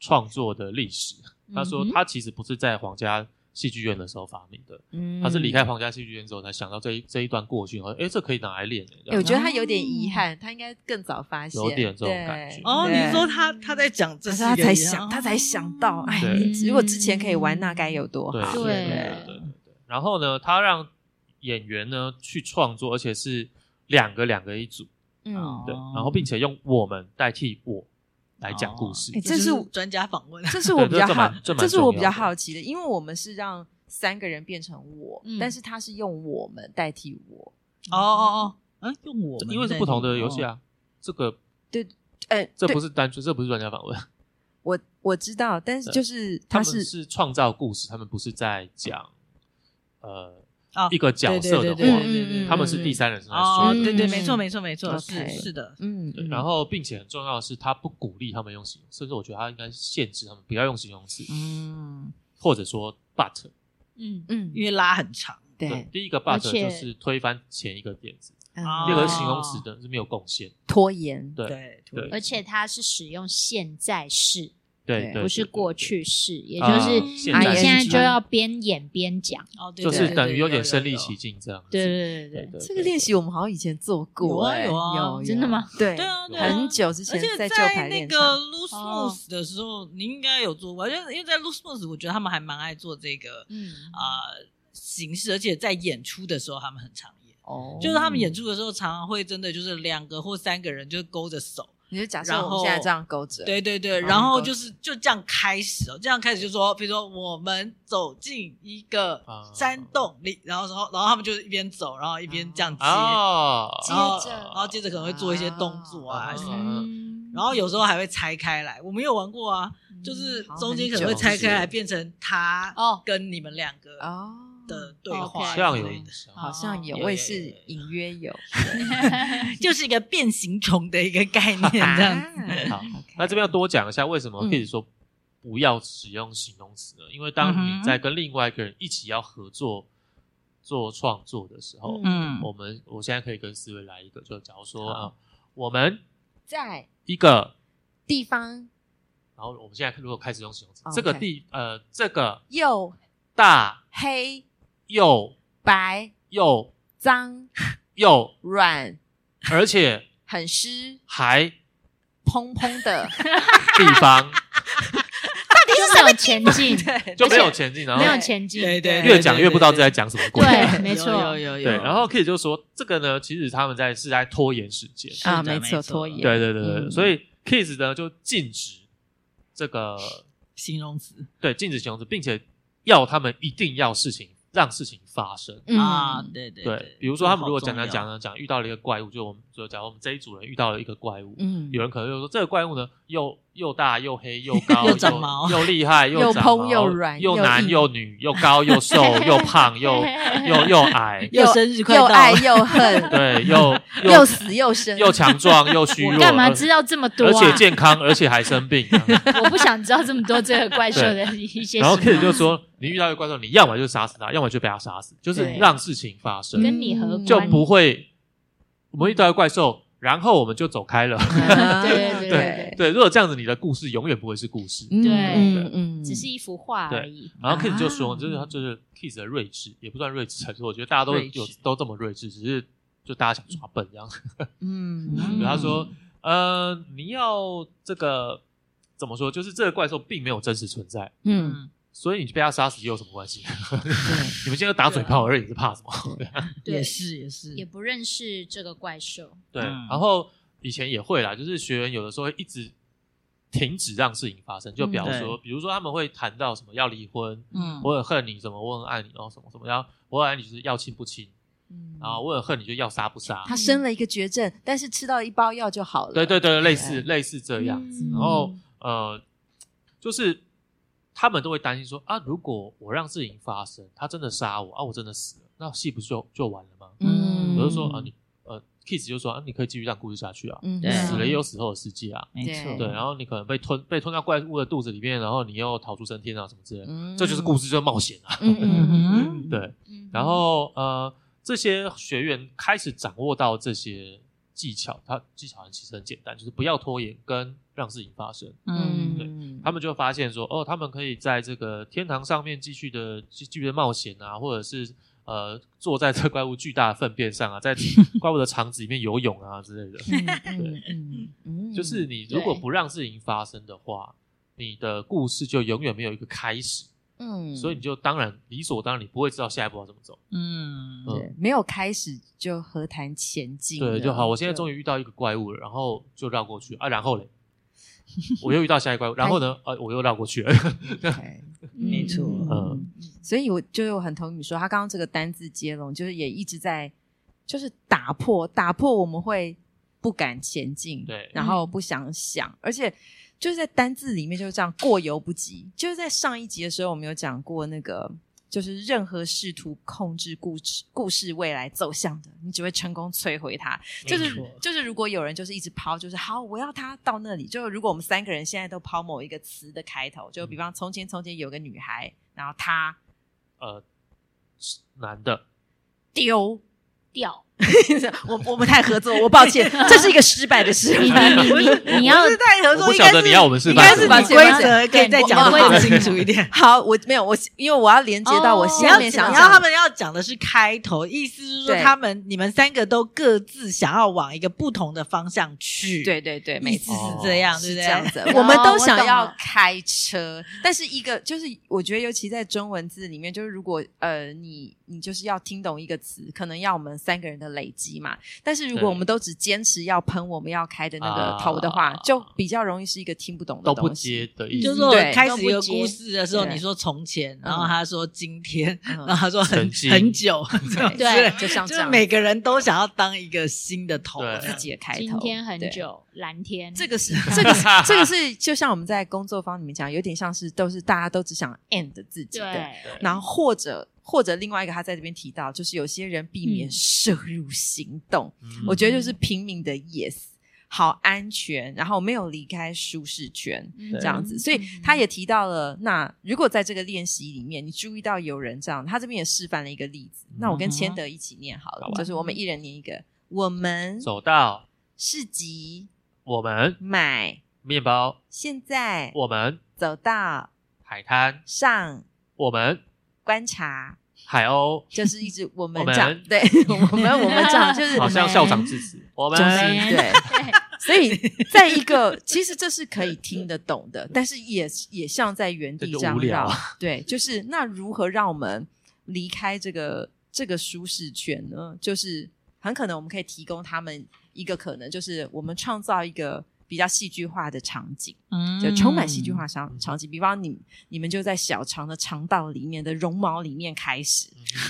创作的历史。 [laughs] 他说嗯哼他其实不是在皇家戏剧院的时候发明的，嗯他是离开皇家戏剧院之后才想到这一这一段过去，然后哎，这可以拿来练欸。这欸样我啊觉得他有点遗憾，他应该更早发现，有点这种感觉对哦，你对是说他他在讲这可是是一个他才遗憾哦嗯想，他才想到，哎，对你如果之前可以玩，那该有多对好。对对对对。对然后呢，他让演员呢去创作，而且是两个两个一组，嗯，对，哦然后并且用我们代替我，来讲故事哦。哎这是就是专家访问，这是我比较这好蛮，这这蛮是我重要比较的好奇的，因为我们是让三个人变成我，嗯但是他是用我们代替我。哦哦哦，啊，用我们因为是在不同那的里游戏，啊，这个哎，这对不是单纯，这不是专家访问，我我知道，但是就是他他们是是创造故事，他们不是在讲呃哦一个角对色的对对话对，对对对他们是第三人称来哦说，对的。对，嗯没错没错没错，是 OK 是的，嗯对嗯然后，并且很重要的是，他不鼓励他们用形容，甚至我觉得他应该限制他们不要用形容词，嗯或者说 but。嗯，嗯，因为拉很长，对对，，第一个 but 而就且是推翻前一个点子，嗯哦第二个是形容词的是没有贡献。拖延，对对对而且它是使用现在式，对对对，不对是过。对去式，也就啊是现你在现在式就要边演边讲。哦，对就对是对等对于有有点有身临有其境这样子。对对对啊对对，对，这个练习我们好像以前做过，哎有啊有啊有真的吗？对对啊对啊很久之而前且在在旧牌那练个上， Loose 哦 Moose 的时候，你应该有做过，因为因为在 Loose Moose，我觉得他们还蛮爱做这个嗯啊、呃形式，而且在演出的时候他们很常演，哦就是他们演，出的时候常常会真的就是两个或三个人就勾着手，你就假设然我们后现在这样勾着，对对对，嗯然后就是就这样开始哦，这样开始就说，比如说我们走进一个啊山洞里，然后然后然后他们就一边走，然后一边这样接，啊，接然后着然后接着可能会做一些动作啊啊什么的嗯然后有时候还会拆开来，我们有玩过啊，嗯就是中间可能会拆开来变成他哦跟你们两个哦，的哦对话好好之像类有的， [laughs] 印象。好像有，有我也有有是有隐约有，就是一个变形虫的一个 [laughs] 概念这样子。啊好 OK 那这边要多讲一下，为什么嗯可以说不要使用形容词呢？因为当嗯你哼在跟另外一个人一起要合作做创作的时候， [laughs] 嗯我们我现在可以跟思维来一个，就假如说好啊，我们在一个，地方然后我们现在如果开始用形容词， OK 这个地呃，这个又大黑又白又脏又，软而且很湿还蓬蓬的， [laughs] 地方 [laughs] 到底是没有前进，就没有前进，然后没有前进，对对越讲越不知道在讲什么鬼。对没错有有有有对，然后 K 就说这个呢，其实他们在是在拖延时间。是的啊没错没错拖延对对对对，嗯所以 Kids 呢就禁止这个形容词对禁止形容词，并且要他们一定要事情让事情发生。嗯啊，对对对，比如说他们如果讲讲讲，讲讲遇到了一个怪物，就我们就假如我们这一组人遇到了一个怪物，嗯有人可能就说这个怪物呢又又大又黑又高又长毛又厉害又长蓬毛又软又又男硬又女又高又瘦又胖又又又矮，又生日快又到爱了，又恨，对 [laughs] 又又死又生，又强壮又虚我弱，干嘛而知道这么多而且啊？健康，而且还生病。 [laughs] 啊我不想知道这么多这个怪兽的一些然后什 Kid 么，就说：“你遇到一个怪兽，你要么就杀死他，要么就被他杀死，就是对啊让事情发生，跟你何关？就不会我们遇到一个怪兽，然后我们就走开了。啊对 [laughs] 对对对，如果这样子，你的故事永远不会是故事。嗯对嗯嗯，只是一幅画而已。然后 Kid 就说：“啊就是他就是 Kid 的睿智，也不算睿智，可是我觉得大家都睿智有都这么睿智，只是就大家想耍笨这样。嗯，他说：‘呃，你要这个怎么说？就是这个怪兽并没有真实存在。’嗯，嗯，所以你被他杀死又有什么关系？ [laughs] 你们现在打嘴炮而已，你是怕什么？也是也是也不认识这个怪兽，对，嗯然后以前也会啦，就是学员有的时候会一直停止让事情发生，就比方说，比如说他们会谈到什么要离婚，嗯我很恨你，什么我很爱你，然后什么什么，然后我很爱你就是要亲不亲，嗯然后啊我很恨你就要杀不杀，他生了一个绝症，但是吃到一包药就好了。对对对，类似类似这样子，嗯然后呃，就是。他们都会担心说啊，如果我让事情发生，他真的杀我啊，我真的死了，那戏不是就就完了吗？嗯，我就说啊，你呃，Kiss 就说啊，你可以继续让故事下去啊，嗯对死了也有死后的世界啊，没错，对，然后你可能被吞被吞到怪物的肚子里面，然后你又逃出升天啊什么之类的，嗯这就是故事，就是冒险啊，嗯嗯 [laughs] 嗯，对，嗯然后呃，这些学员开始掌握到这些技巧，他技巧其实很简单，就是不要拖延跟让事情发生， [laughs] 嗯嗯，他们就发现说，哦，他们可以在这个天堂上面继续的继继续的冒险啊，或者是呃坐在这怪物巨大的粪便上 [laughs] 啊，在怪物的肠子里面游泳啊之类的。 [laughs] 嗯嗯嗯，就是你如果不让事情发生的话，你的故事就永远没有一个开始，嗯，所以你就当然理所当然，你不会知道下一步要怎么走。嗯嗯对没有开始就何谈前进？对，就好。我现在于终于遇到一个怪物了，然后就绕过去啊，然后嘞，我又遇到下一关，然后 [laughs] 呢，呃，我又绕过去了。对没错嗯所以我就很同意你说，他刚刚这个单字接龙，就是也一直在就是打破打破我们会不敢前进， [laughs] 对然后不想想，而且就是在单字里面就是这样过犹不及。就是在上一集的时候，我们有讲过那个。就是任何试图控制故事故事未来走向的，你只会成功摧毁它。就是没错就是，如果有人就是一直抛，就是好，我要他到那里。就如果我们三个人现在都抛某一个词的开头，就比方从前从前有个女孩，然后她 [laughs] 呃，是男的，丢，掉。我我们太合作，我抱歉，这是一个失败的示你范。你你要不是太合我作，不应晓该得是你要我们示应范该什是么，吧你规则可以再讲的我们更清楚 [laughs] 一点。好，我没有我，因为我要连接到我哦你下要面想讲，然讲后的他们要讲的是开头，意思是说对他们你们三个都各自想要往一个不同的方向去，，对对对，没意错思。是这样，对是不这对？样子，哦我们都想我懂要了开车，但是一个就是，我觉得尤其在中文字里面，就是如果呃你你就是要听懂一个词，可能要我们三个人的累积嘛。但是如果对我们都只坚持要喷我们要开的那个啊头的话，就比较容易是一个听不懂的都不东西接。的意就是思。说我对开都始不一个接故事的时候，对你说从前，嗯然后他说今天，嗯然后他说很曾经很久， [laughs] 这 [laughs] 样之类对就像就这是样，每个人都想要当一个新的头，对这自样己的开头。今天很对久，蓝天这个是这 [laughs] 个是这个是，就像我们在工作方里面讲，有点像是都是大家都只想 end 自己的，对，然后或者或者另外一个他在这边提到，就是有些人避免嗯摄入行动，嗯我觉得就是平民的 yes。好安全，然后没有离开舒适圈，嗯这样子，所以他也提到了。那如果在这个练习里面，你注意到有人这样，他这边也示范了一个例子。那我跟嗯哼千德一起念好了，好啊就是我们一人念一个。我们走到市集我们买面包，现在我们走到海滩，上我们 [laughs] 观察，海鸥，就是一直我们我们 [laughs] 长，对我们我们长，就是好像我们校长致辞。我们就是对， [laughs] 所以在一个其实这是可以听得懂的，但是也也像在原地这就这样无聊绕，对，就是那如何让我们离开这个这个舒适圈呢？就是很可能我们可以提供他们一个可能，就是我们创造一个比较戏剧化的场景。嗯就充满戏剧化场场景，比方你你们就在小肠的肠道里面的绒毛里面开始，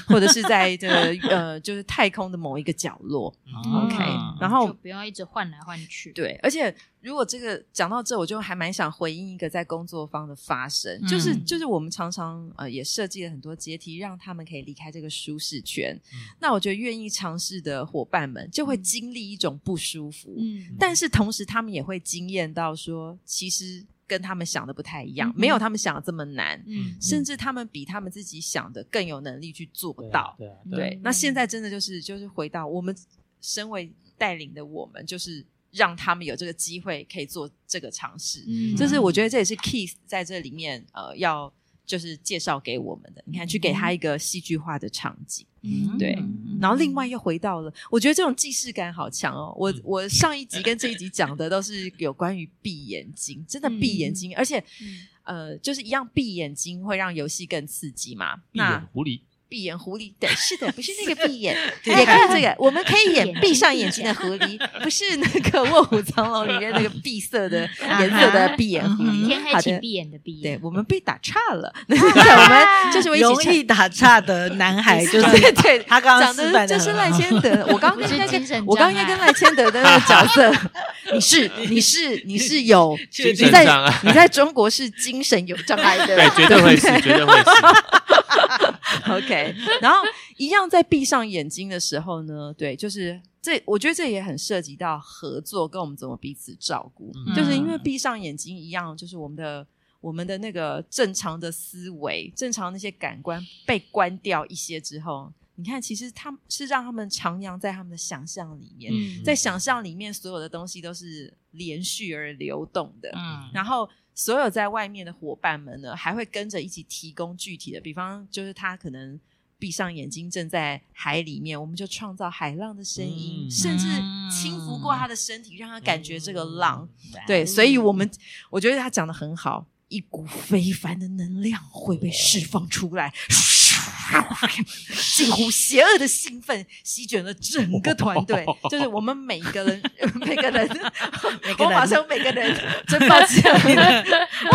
或者是在这个呃就是太空的某一个角落。嗯 OK，嗯然就后不要一直换来换去。对，而且如果这个讲到这，我就还蛮想回应一个在工作方的发生，嗯就是就是我们常常呃也设计了很多阶梯，让他们可以离开这个舒适圈。嗯那我觉得愿意尝试的伙伴们就会经历一种不舒服，嗯，但是同时他们也会惊艳到说，其实跟他们想的不太一样，嗯哼没有他们想的这么难，嗯甚至他们比他们自己想的更有能力去做对啊到。对啊，对对啊，那现在真的就是就是回到我们身为带领的我们，就是让他们有这个机会可以做这个尝试。嗯就是我觉得这也是 Keith 在这里面呃要就是介绍给我们的，你看去给他一个戏剧化的场景。嗯对嗯然后另外又回到了，我觉得这种既视感好强哦。我嗯我上一集跟这一集讲的都是有关于闭眼睛，真的闭眼睛，而且嗯呃，就是一样闭眼睛会让游戏更刺激嘛。闭眼那狐狸，闭眼狐狸，对，是的，不是那个 [laughs] 闭眼，对也可以这个，我们可以闭眼演睛闭上眼睛的狐狸，不是那个《卧虎藏龙》里面那个闭塞 [laughs] 的啊颜色的闭眼狐狸。嗯天黑好请的，闭眼的闭眼，嗯对我们被打岔了， [laughs] 对，我们就是我一容起易打岔的男 [laughs] 孩 [laughs] 就对是对，他刚讲刚示的范就的是赖千德，我刚刚应该不是精神跟我刚刚应该跟赖千德的那个角色， [laughs] 你是你是你是 [laughs] 有确精神你定在障碍，你在中国是精神有障碍的，对，绝对会是，绝对会是。 [laughs] OK，然后一样在闭上眼睛的时候呢，对，就是这，我觉得这也很涉及到合作跟我们怎么彼此照顾，嗯就是因为闭上眼睛一样，就是我们的。我们的那个正常的思维、正常那些感官被关掉一些之后，你看，其实他们是让他们徜徉在他们的想象里面，嗯在想象里面所有的东西都是连续而流动的。嗯然后所有在外面的伙伴们呢，还会跟着一起提供具体的，比方就是他可能闭上眼睛正在海里面，我们就创造海浪的声音，嗯甚至嗯轻拂过他的身体，让他感觉这个浪。嗯对，所以我们我觉得他讲的很好，一股非凡的能量会被释放出来。咻近乎邪恶的兴奋席卷了整个团队，就是我们每一个人， [laughs] 每个人，每个我人马上每个人，真抱歉，你的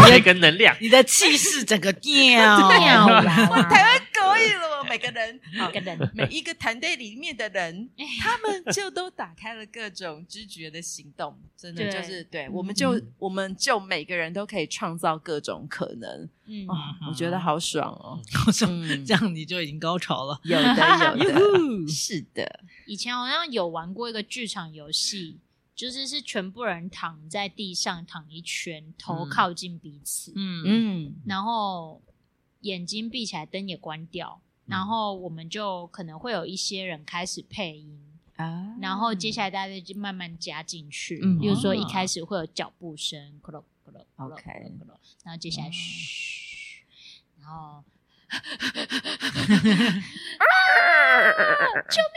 那个能 [laughs] 量，你的气势整个掉 [laughs] 掉了我台湾可以了，每个人，每个人每一个团队里面的人，他们就都打开了各种知觉的行动，真的对就是对，我们就我们就每个人都可以创造各种可能嗯啊，我觉得好爽哦，我说嗯 [laughs] 这样你就已经高潮了。有的有的，是的，以前好像有玩过一个剧场游戏，就是是全部人躺在地上躺一圈，头嗯靠近彼此，嗯嗯然后眼睛闭起来，灯也关掉，然后我们就可能会有一些人开始配音，啊然后接下来大家就慢慢加进去，嗯比如说一啊开始会有脚步声，咯咯咯咯咯咯 OK 咯咯，然后接下来哦嘘，然后啊 [laughs] 啊救命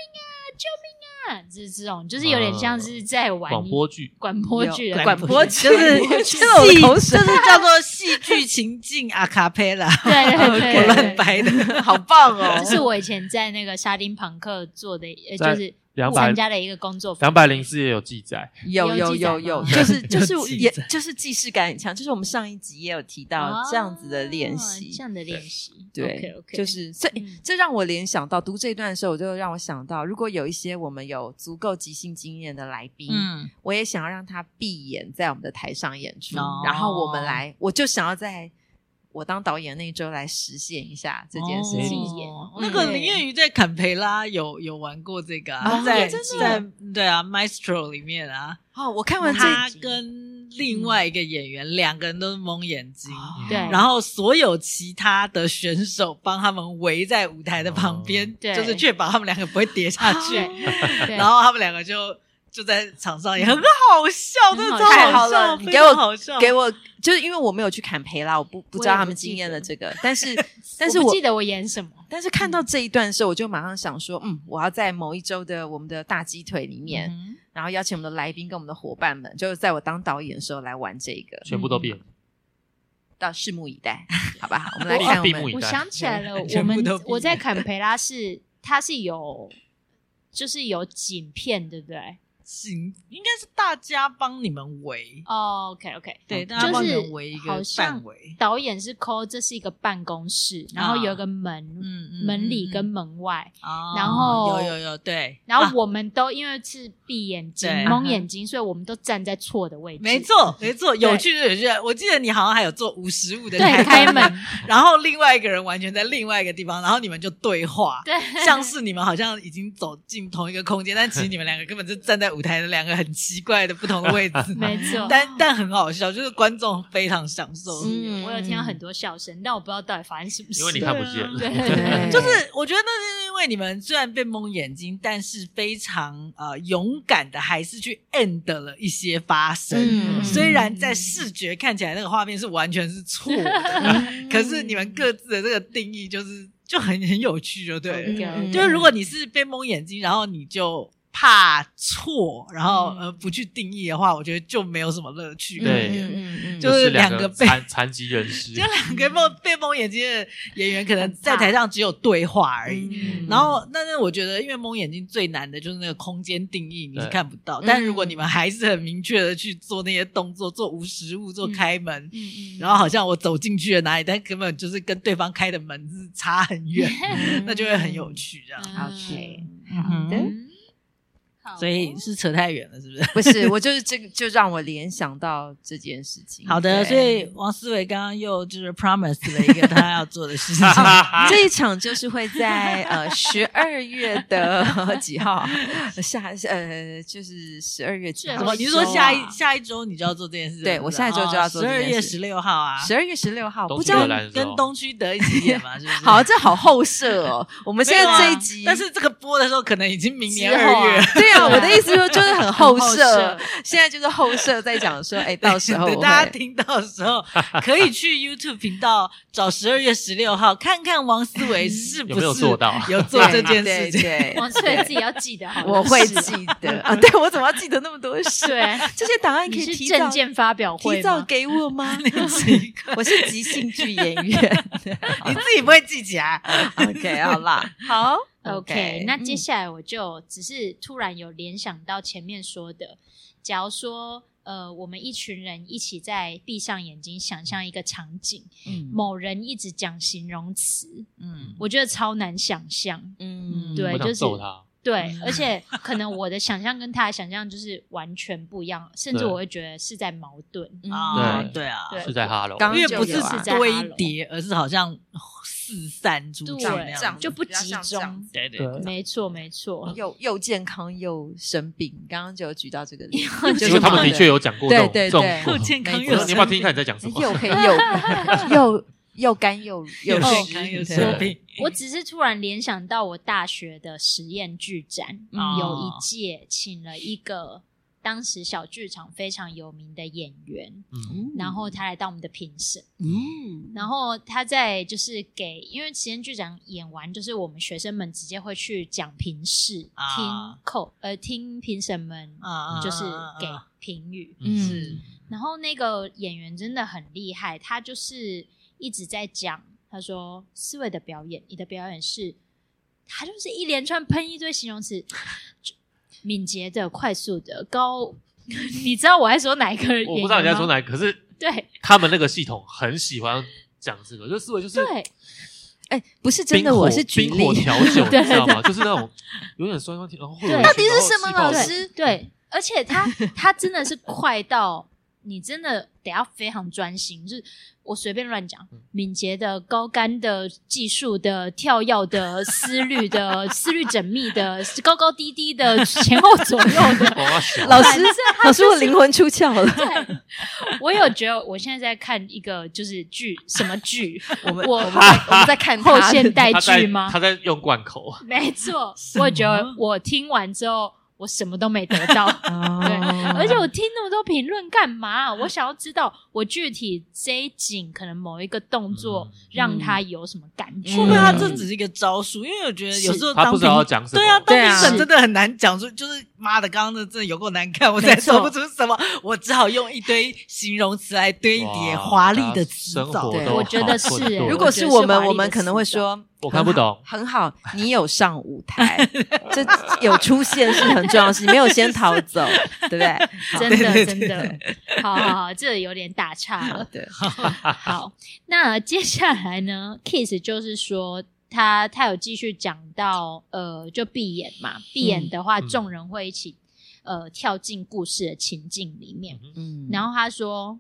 啊救命啊，这这种就是有点像哦是在玩广播剧，广播剧的有广广播剧，就是我戏，吃了我的口水就是叫做戏剧情境阿卡贝 [laughs] 拉，对 [laughs] 对对我对乱对。掰的。好棒哦，这是我以前在那个沙丁朋克做的，呃，在就是200参加的一个工作坊，两百零四也有记载， [laughs] 有有有记载有有， [laughs] 吗就是就有是记也载就是既视感很强，就是我们上一集也有提到哦这样子的练哦习这，样的练习，对 o k 就是所以嗯这让我联想到读这一段的时候，我就让我想到，如果有一些我们有足够即兴经验的来宾，嗯，我也想要让他闭眼在我们的台上演出，哦然后我们来，我就想要在我当导演那一周来实现一下这件事情。哦那个林彦宇在坎培拉有有玩过这个啊，哦在真的在对啊，Maestro 里面啊，哦，我看完这他一集跟另外一个演员两个人都是蒙眼睛，嗯对然后所有其他的选手帮他们围在舞台的旁边，哦对哦就是确保他们两个不会跌下 [laughs] 去。 [laughs] 对然后他们两个就就在场上也很好笑，很真的好超笑太好笑了，非你常给我好笑，给我，就是因为我没有去砍培啦，我不不知道他们经验了这 [laughs] 个，但是但是我不我记得我演什么，但是看到这一段的时候，我就马上想说，嗯，我要在某一周的我们的大鸡腿里面，嗯然后邀请我们的来宾跟我们的伙伴们，就是在我当导演的时候来玩这个，全部都变，到拭目以待，好不好？我们 [laughs] 来我看我闭目以们对我想起来了，我全部们都不我一样在坎培拉是它是有就是有景片，对不对、行，应该是大家帮你们围， o k OK，对，大家哦就帮你是们围一个好像范围，导演是 call 这是一个办公室，然后有一个门、嗯门里跟嗯门外，哦然后有有有对，然啊后我们都因为是闭眼睛对嗯蒙眼睛，所以我们都站在错的位置，没，错没错，有趣就有趣。我记得你好像还有做无实物的对，开门， [laughs] 然后另外一个人完全在另外一个地方，然后你们就对话，对， [laughs] 像是你们好像已经走进同一个空间，但其实你们两个根本就站在舞台的两个很奇怪的不同的位置。 [laughs] 没错，嗯但但很好笑，就是观众非常享受。嗯我有听到很多笑声，但我不知道到底发生什么事。因为你看不见，啊 [laughs] 对对就是我觉得那是因为你们虽然被蒙眼睛，但是非常呃勇敢的，还是去 end 了一些发生。嗯虽然在视觉看起来那个画面是完全是错 [laughs] 的， [laughs] 可嗯是你们各自的这个定义就是就很很有趣，就对了。嗯就是如果你是被蒙眼睛，然后你就怕错，然后呃不去定义的话，我觉得就没有什么乐趣。对嗯嗯嗯，[laughs] 就就是是两两个被残残疾人士 [laughs] 就，两个蒙被蒙眼睛的演员，可能在台上只有对话而已。嗯然后，但是我觉得，因为蒙眼睛最难的就是那个空间定义，你是对看不到。嗯但如果你们还是很明确的去做那些动作，做无实物，做开门，嗯嗯，然后 [laughs] 好像我走进去了哪里，但根本就是跟对方开的门是差很远，嗯 [laughs] 那就会很有。趣这样。好去，嗯的嗯，好哦所以是扯太远了，是不是？不是，我就是这个，就让我联想到这件事情。好的，所对以王思维刚刚又就是 promise 了一个他要做的事 [laughs] 情。 [laughs] 这一场就是会在呃十二月的 [laughs] 几号啊下呃就是十二月几这号什哦么啊？你是说下一下一周你就要做这件事？对我下一周就要做十这二件事月十六号啊，十二月十六号？东不知区道荷兰的时候跟东区德一起演嘛，是不是？好，这好后设哦。我们现没有啊在这一集，但是这个播的时候可能已经明年之后啊二月，对呀、有，我的意思说就是很后设后设，现在就是后设在讲说，哎，到时候 [laughs] 对我大家会听到的 [laughs] 时候，可以去 YouTube 频道找十二月十六号，看看王思维是不嗯有是没有做到 [laughs] 有做这件事情。 [laughs] 对，王思维自己要记得好 [laughs] 对了，我会记得啊。对我怎么要记得那么 [laughs] 多事？ [laughs] 对，这些档案可你以是提证早件发表会提早吗？给我 [laughs] 吗？奇怪 [laughs] 我是即兴剧演员。你自己不会记起来， OK，好 [laughs] 啦，好 OK，那接嗯下来我就只是突然有联想到前面说的，假如说呃，我们一群人一起在闭上眼睛想象一个场景，嗯某人一直讲形容词，嗯我觉得超难想象。嗯对我就想是揍他。对，嗯而且可能我的想象跟他的想象就是完全不一样，甚至对我会觉得是在矛盾。嗯啊对对啊，嗯对是在哈喽，刚因为就不是有啊只多一叠，而是好像四散出去那对，样子，就不比较集像这样中子。对对对对没错，没错。又又健康又生病，刚刚就有举到这个例子， [laughs] 就因是为他们忙的确有讲过这对种对这种对 [laughs] 我又健康我又说你要不要生听听看你在讲什么？又 [laughs] 黑又又又干又又湿健康又生对病，我只是突然联想到我大学的实验剧展，嗯有一届请了一个当时小剧场非常有名的演员，嗯然后他来当我们的评审，嗯然后他在就是给，因为实验剧展演完，就是我们学生们直接会去讲评室，啊听口呃听评审们啊就是给评语，是嗯然后那个演员真的很厉害，他就是一直在讲，他说思维的表演，你的表演是，他就是一连串喷一堆形容词，就敏捷的、快速的、高， [laughs] 你知道我在说哪一个演员吗？我不知道你在说哪，可是对他们那个系统很喜欢讲这个，就思维就是对，哎，不是真冰的，火我是举冰例火，调酒，对你知道吗？就是那种有点酸酸甜，然后会有对一到些底是然后什么气泡老对水师对，而且他他真的是快到你真的得要非常专心，就是我随便乱讲，敏捷的、高干的、技术的、跳跃的、思虑的、思虑缜密的、高高低低的、前后左右的。哇塞老反师正老师我灵魂出窍了，对，我有觉得我现在在看一个就是剧，什么剧？我们我我们在我们在看后他现代他在剧吗他？在用罐口，没错，什么我觉得我听完之后，我什么都没得到。对，哦而且我听那么多评论干嘛？我想要知道我具体这一景可能某一个动作嗯让他有什么感觉。会不会他这嗯只是一个招数？因为我觉得有时候他当不知道要评讲什么。对啊，当对评啊审真的很难讲出，就是妈的，刚刚那真的有够难看，我没才错说不出什么，我只好用一堆形容词来堆叠哇华丽的词生藻活。对都我觉得好混是欸沌如果是我们，我们可能会我说我看不懂，很好，你有上舞台， [laughs] 这有出现是很重要的事，你没有先逃走，对不 [laughs] 对？真的对对真的，好好好，这有点打岔 [laughs] 了。对，好，那接下来呢？Kiss 就是说他他有继续讲到呃，就闭眼嘛，闭眼的话，嗯众人会一起呃跳进故事的情境里面。嗯然后他说，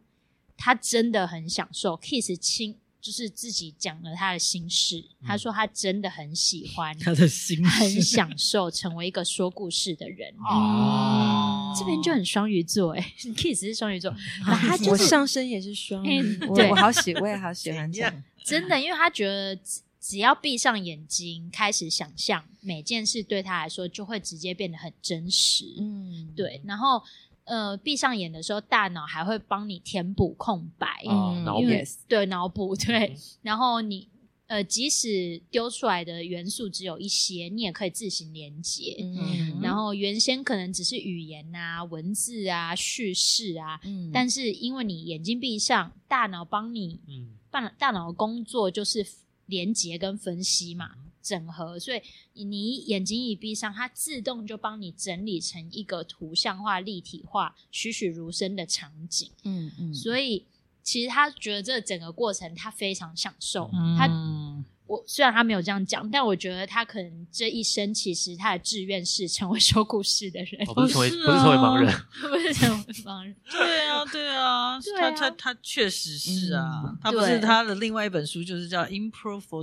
他真的很享受 Kiss 亲，就是自己讲了他的心事。他说他真的很喜欢，他的心很事享受成为一个说故事的人。嗯哦这边就很双鱼座 [laughs] 哎、k i s s 是双鱼座，那他就我是上身也是双鱼嗯，我对我好喜，我也好喜欢这样。真的，因为他觉得只只要闭上眼睛，开始想象每件事，对他来说就会直接变得很真实。嗯，对，然后呃，闭上眼的时候，大脑还会帮你填补空白。哦脑补因为 yes 对脑补对嗯，然后你呃，即使丢出来的元素只有一些，你也可以自行连接。嗯，然后原先可能只是语言啊、文字啊、叙事啊，嗯但是因为你眼睛闭上，大脑帮你嗯，大大脑的工作就是连接跟分析嘛，嗯整合，所以你眼睛一闭上，它自动就帮你整理成一个图像化、立体化、栩栩如生的场景。嗯嗯，所以其实他觉得这整个过程他非常享受。嗯他嗯我虽然他没有这样讲，但我觉得他可能这一生其实他的志愿是成为说故事的人，我嗯哦不是成为不不是是啊成为盲人， [laughs] 不是成为盲人。 [laughs] 对啊，对啊，对他啊他他确实是啊嗯，他不是对他的另外一本书就是叫《Impro for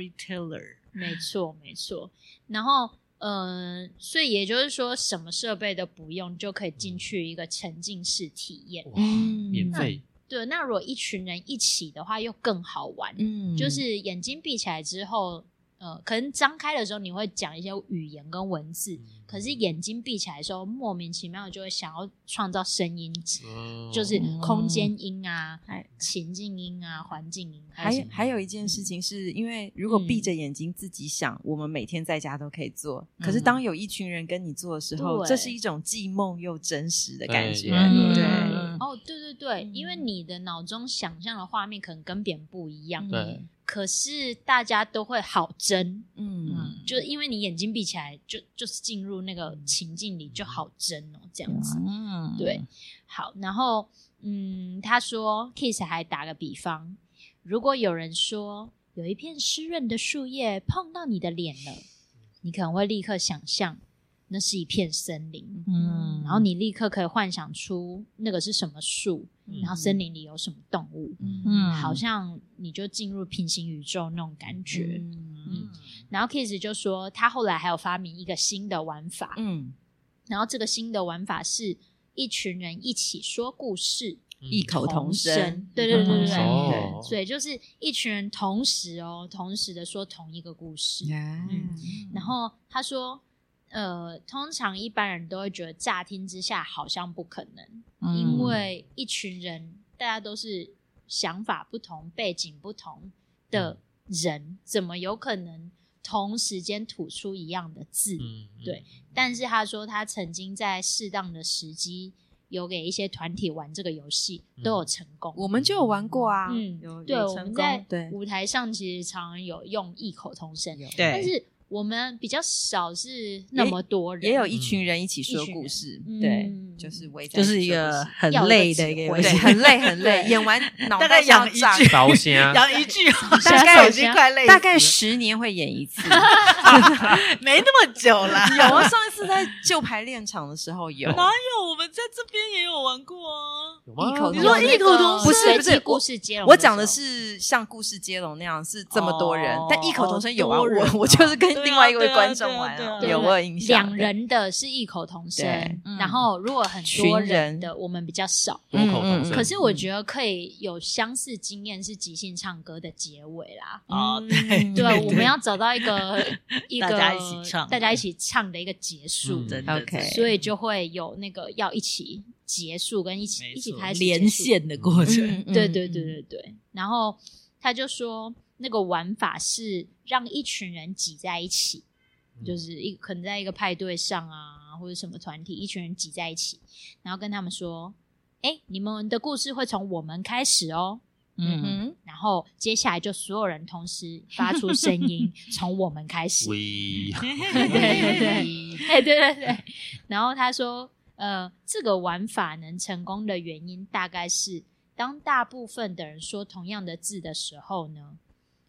Storyteller 没错，没错。然后，嗯、所以也就是说，什么设备都不用就可以进去一个沉浸式体验。哇，嗯免费对，那如果一群人一起的话，又更好玩。嗯就是眼睛闭起来之后，呃，可能张开的时候你会讲一些语言跟文字，嗯可是眼睛闭起来的时候，莫名其妙就会想要创造声音，嗯就是空间音啊、还情境音啊、环境音，还有有什么还有一件嗯事情是，因为如果闭着眼睛自己想，我们每天在家都可以做。可是当有一群人跟你做的时候，嗯对这是一种既梦又真实的感觉。对对嗯哦，对对对，因为你的脑中想象的画面可能跟别人不一样，对可是大家都会好真，嗯，嗯就是因为你眼睛闭起来，就就是进入那个情境里就好真哦，这样子。嗯对，好，然后嗯，他说 Kiss 还打个比方，如果有人说有一片湿润的树叶碰到你的脸了，你可能会立刻想象那是一片森林，嗯然后你立刻可以幻想出那个是什么树，嗯然后森林里有什么动物，嗯好像你就进入平行宇宙那种感觉。嗯然后 Kiss 就说，他后来还有发明一个新的玩法，嗯，然后这个新的玩法是一群人一起说故事，异口同声嗯声，，对对对对同对，声哦，所以就是一群人同时哦，同时的说同一个故事。啊然后他说，呃，通常一般人都会觉得乍听之下好像不可能，嗯嗯因为一群人大家都是想法不同、背景不同的嗯人，怎么有可能同时间吐出一样的字？嗯，对但是他说他曾经在适当的时机有给一些团体玩这个游戏，嗯都有成功。我们就有玩过啊，嗯有，对，有我成们功在，对，舞台上其实常有用异口同声，有对但是我们比较少是那么多人，也有一群人一起说一群人故事，嗯对，就是围在嗯就起是一说个故事很要有累一个的一指个挥游戏 [laughs] 对，很累很累，对演完脑袋大概要养一炸 [laughs] 句，烧虾，养一句话，大概手已经快累死了，大概十年会演一次。没那么久啦。有啊，上一次在旧排练场的时候有，哪有？我们在这边也有玩过啊。有吗异口同你说异口同声不是不是故事接龙时候，我讲的是像故事接龙那样，是这么多人，哦但异口同声有啊。多人啊我我就是跟对啊另外一位对啊观众玩对啊对啊有我有印象。两 [laughs] 人的是异口同声对，嗯然后如果很多群人人的我们比较少。多口同声，嗯可是我觉得可以有相似经验是即兴唱歌的结尾啦，哦嗯对对，啊我们要找到一个一个大家一起唱大家一起唱的一个结束，嗯真的 OK 所以就会有那个要一起结束跟一起没错一起开始结束连，线的过程，嗯嗯对对对嗯对对。然后他就说，那个玩法是让一群人挤在一起，就是一可能在一个派对上啊，或者什么团体，一群人挤在一起，然后跟他们说：“哎，你们的故事会从我们开始哦。”嗯嗯，哼然后接下来就所有人同时发出 [laughs] 声音，从我们开始。 We 对对对，哎，对对对。然后他说，呃，这个玩法能成功的原因大概是，当大部分的人说同样的字的时候呢，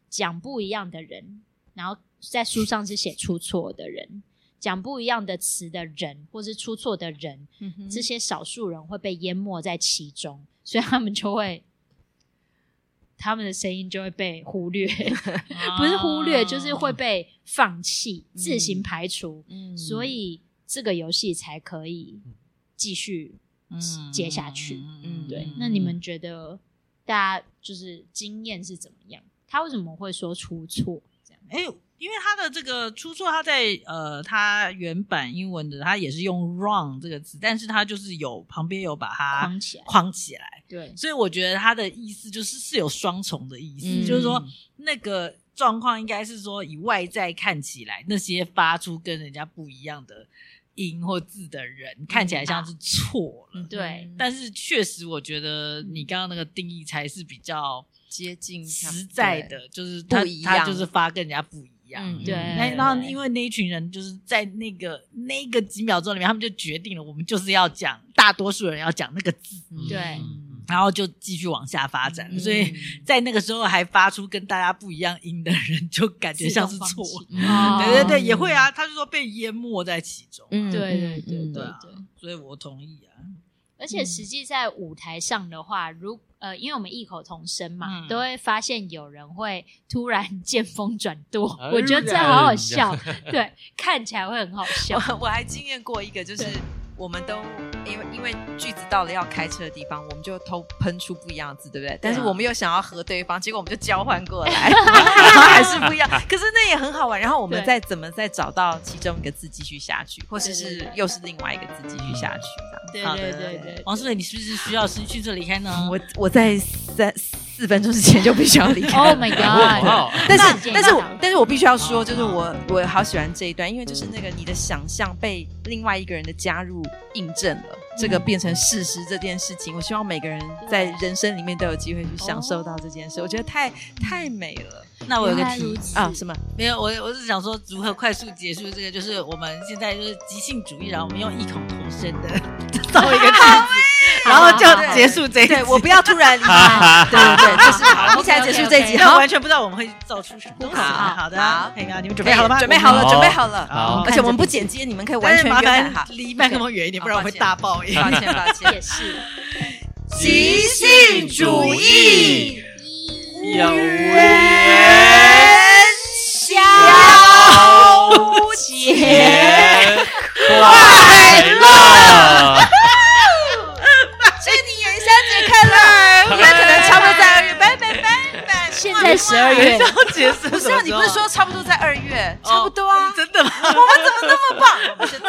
讲不一样的人，然后在书上是写出错的人，讲不一样的词的人，或是出错的人，嗯哼这些少数人会被淹没在其中，所以他们就会。他们的声音就会被忽略，不是忽啊略，就是会被放弃、哦嗯自行排除，嗯所以这个游戏才可以继续接下去。嗯对，那你们觉得大家就是经验是怎么样？他为什么会说出错？这样，哎，因为它的这个出错，它在呃，它原版英文的它也是用 wrong 这个词，但是它就是有旁边有把它框起来，框起来，对，所以我觉得它的意思就是是有双重的意思，嗯就是说那个状况应该是说以外在看起来那些发出跟人家不一样的音或字的人，嗯看起来像是错了。对但是确实，我觉得你刚刚那个定义才是比较接近他实在，的，就是他不一样他就是发跟人家不一样。嗯对那然后，因为那一群人就是在那个那个几秒钟里面，他们就决定了，我们就是要讲，大多数人要讲那个字，嗯对嗯然后就继续往下发展。嗯所以在那个时候还发出跟大家不一样音的人，就感觉像是自错动。放弃嗯对对对，哦也会啊，他就说被淹没在其中啊、嗯对对对嗯对啊对。所以我同意啊。而嗯且实际在舞台上的话，如呃，因为我们异口同声嘛，嗯都会发现有人会突然 [laughs] 见风转舵，哎我觉得这好好笑，对，看起来会很好笑。 [laughs] 我我还经验过一个，就是我们都因为因为句子到了要开车的地方，我们就偷喷出不一样的字，对不对？但是啊我们又想要和对方，结果我们就交换过 [laughs] 来，然后还是不一样。可是那也很好玩。然后我们对再怎么再找到其中一个字继续下去，或者对对是对又是另外一个字继续下去，这对样。好对的对对，王思蕊，你是不是需要是迅速离开呢？我我在三四分钟之前就必须要离开。 Oh my [laughs] 哇 god！哇但大是，姐但是我大姐但是我必须要说，就是我我好喜欢这一段，因为就是那个你的想象被另外一个人的加入印证了，这个变成事实这件事情，我希望每个人在人生里面都有机会去享受到这件事，我觉得太太美了那我有个原来如题此啊！什么？没有，我我是想说如何快速结束这个，就是我们现在就是即兴主义，然后我们用异口同声 [laughs] 的造一个句子，然后就结束这一集。对 [laughs] 我不要突然离开，对对对，就是好，一起来结束这一集，因为好，完全不知道我们会造出什么东西。好好的，好佩苗，你们准备好了吗？准备好了，好准备好了，好而且我们不剪接，你们可以完但是全麻约烦翰哈。离麦克风远一点，对不然我会大爆音。抱歉，抱歉也。是即兴主义要消节快快乐！所以你元宵节快乐！我们可能差不多在二月，拜拜拜拜。现在十二 [laughs] 月，结束啊不是啊，你不是说差不差不多在二月？差不多啊哦啊。真的吗？我们怎么那么棒？我们就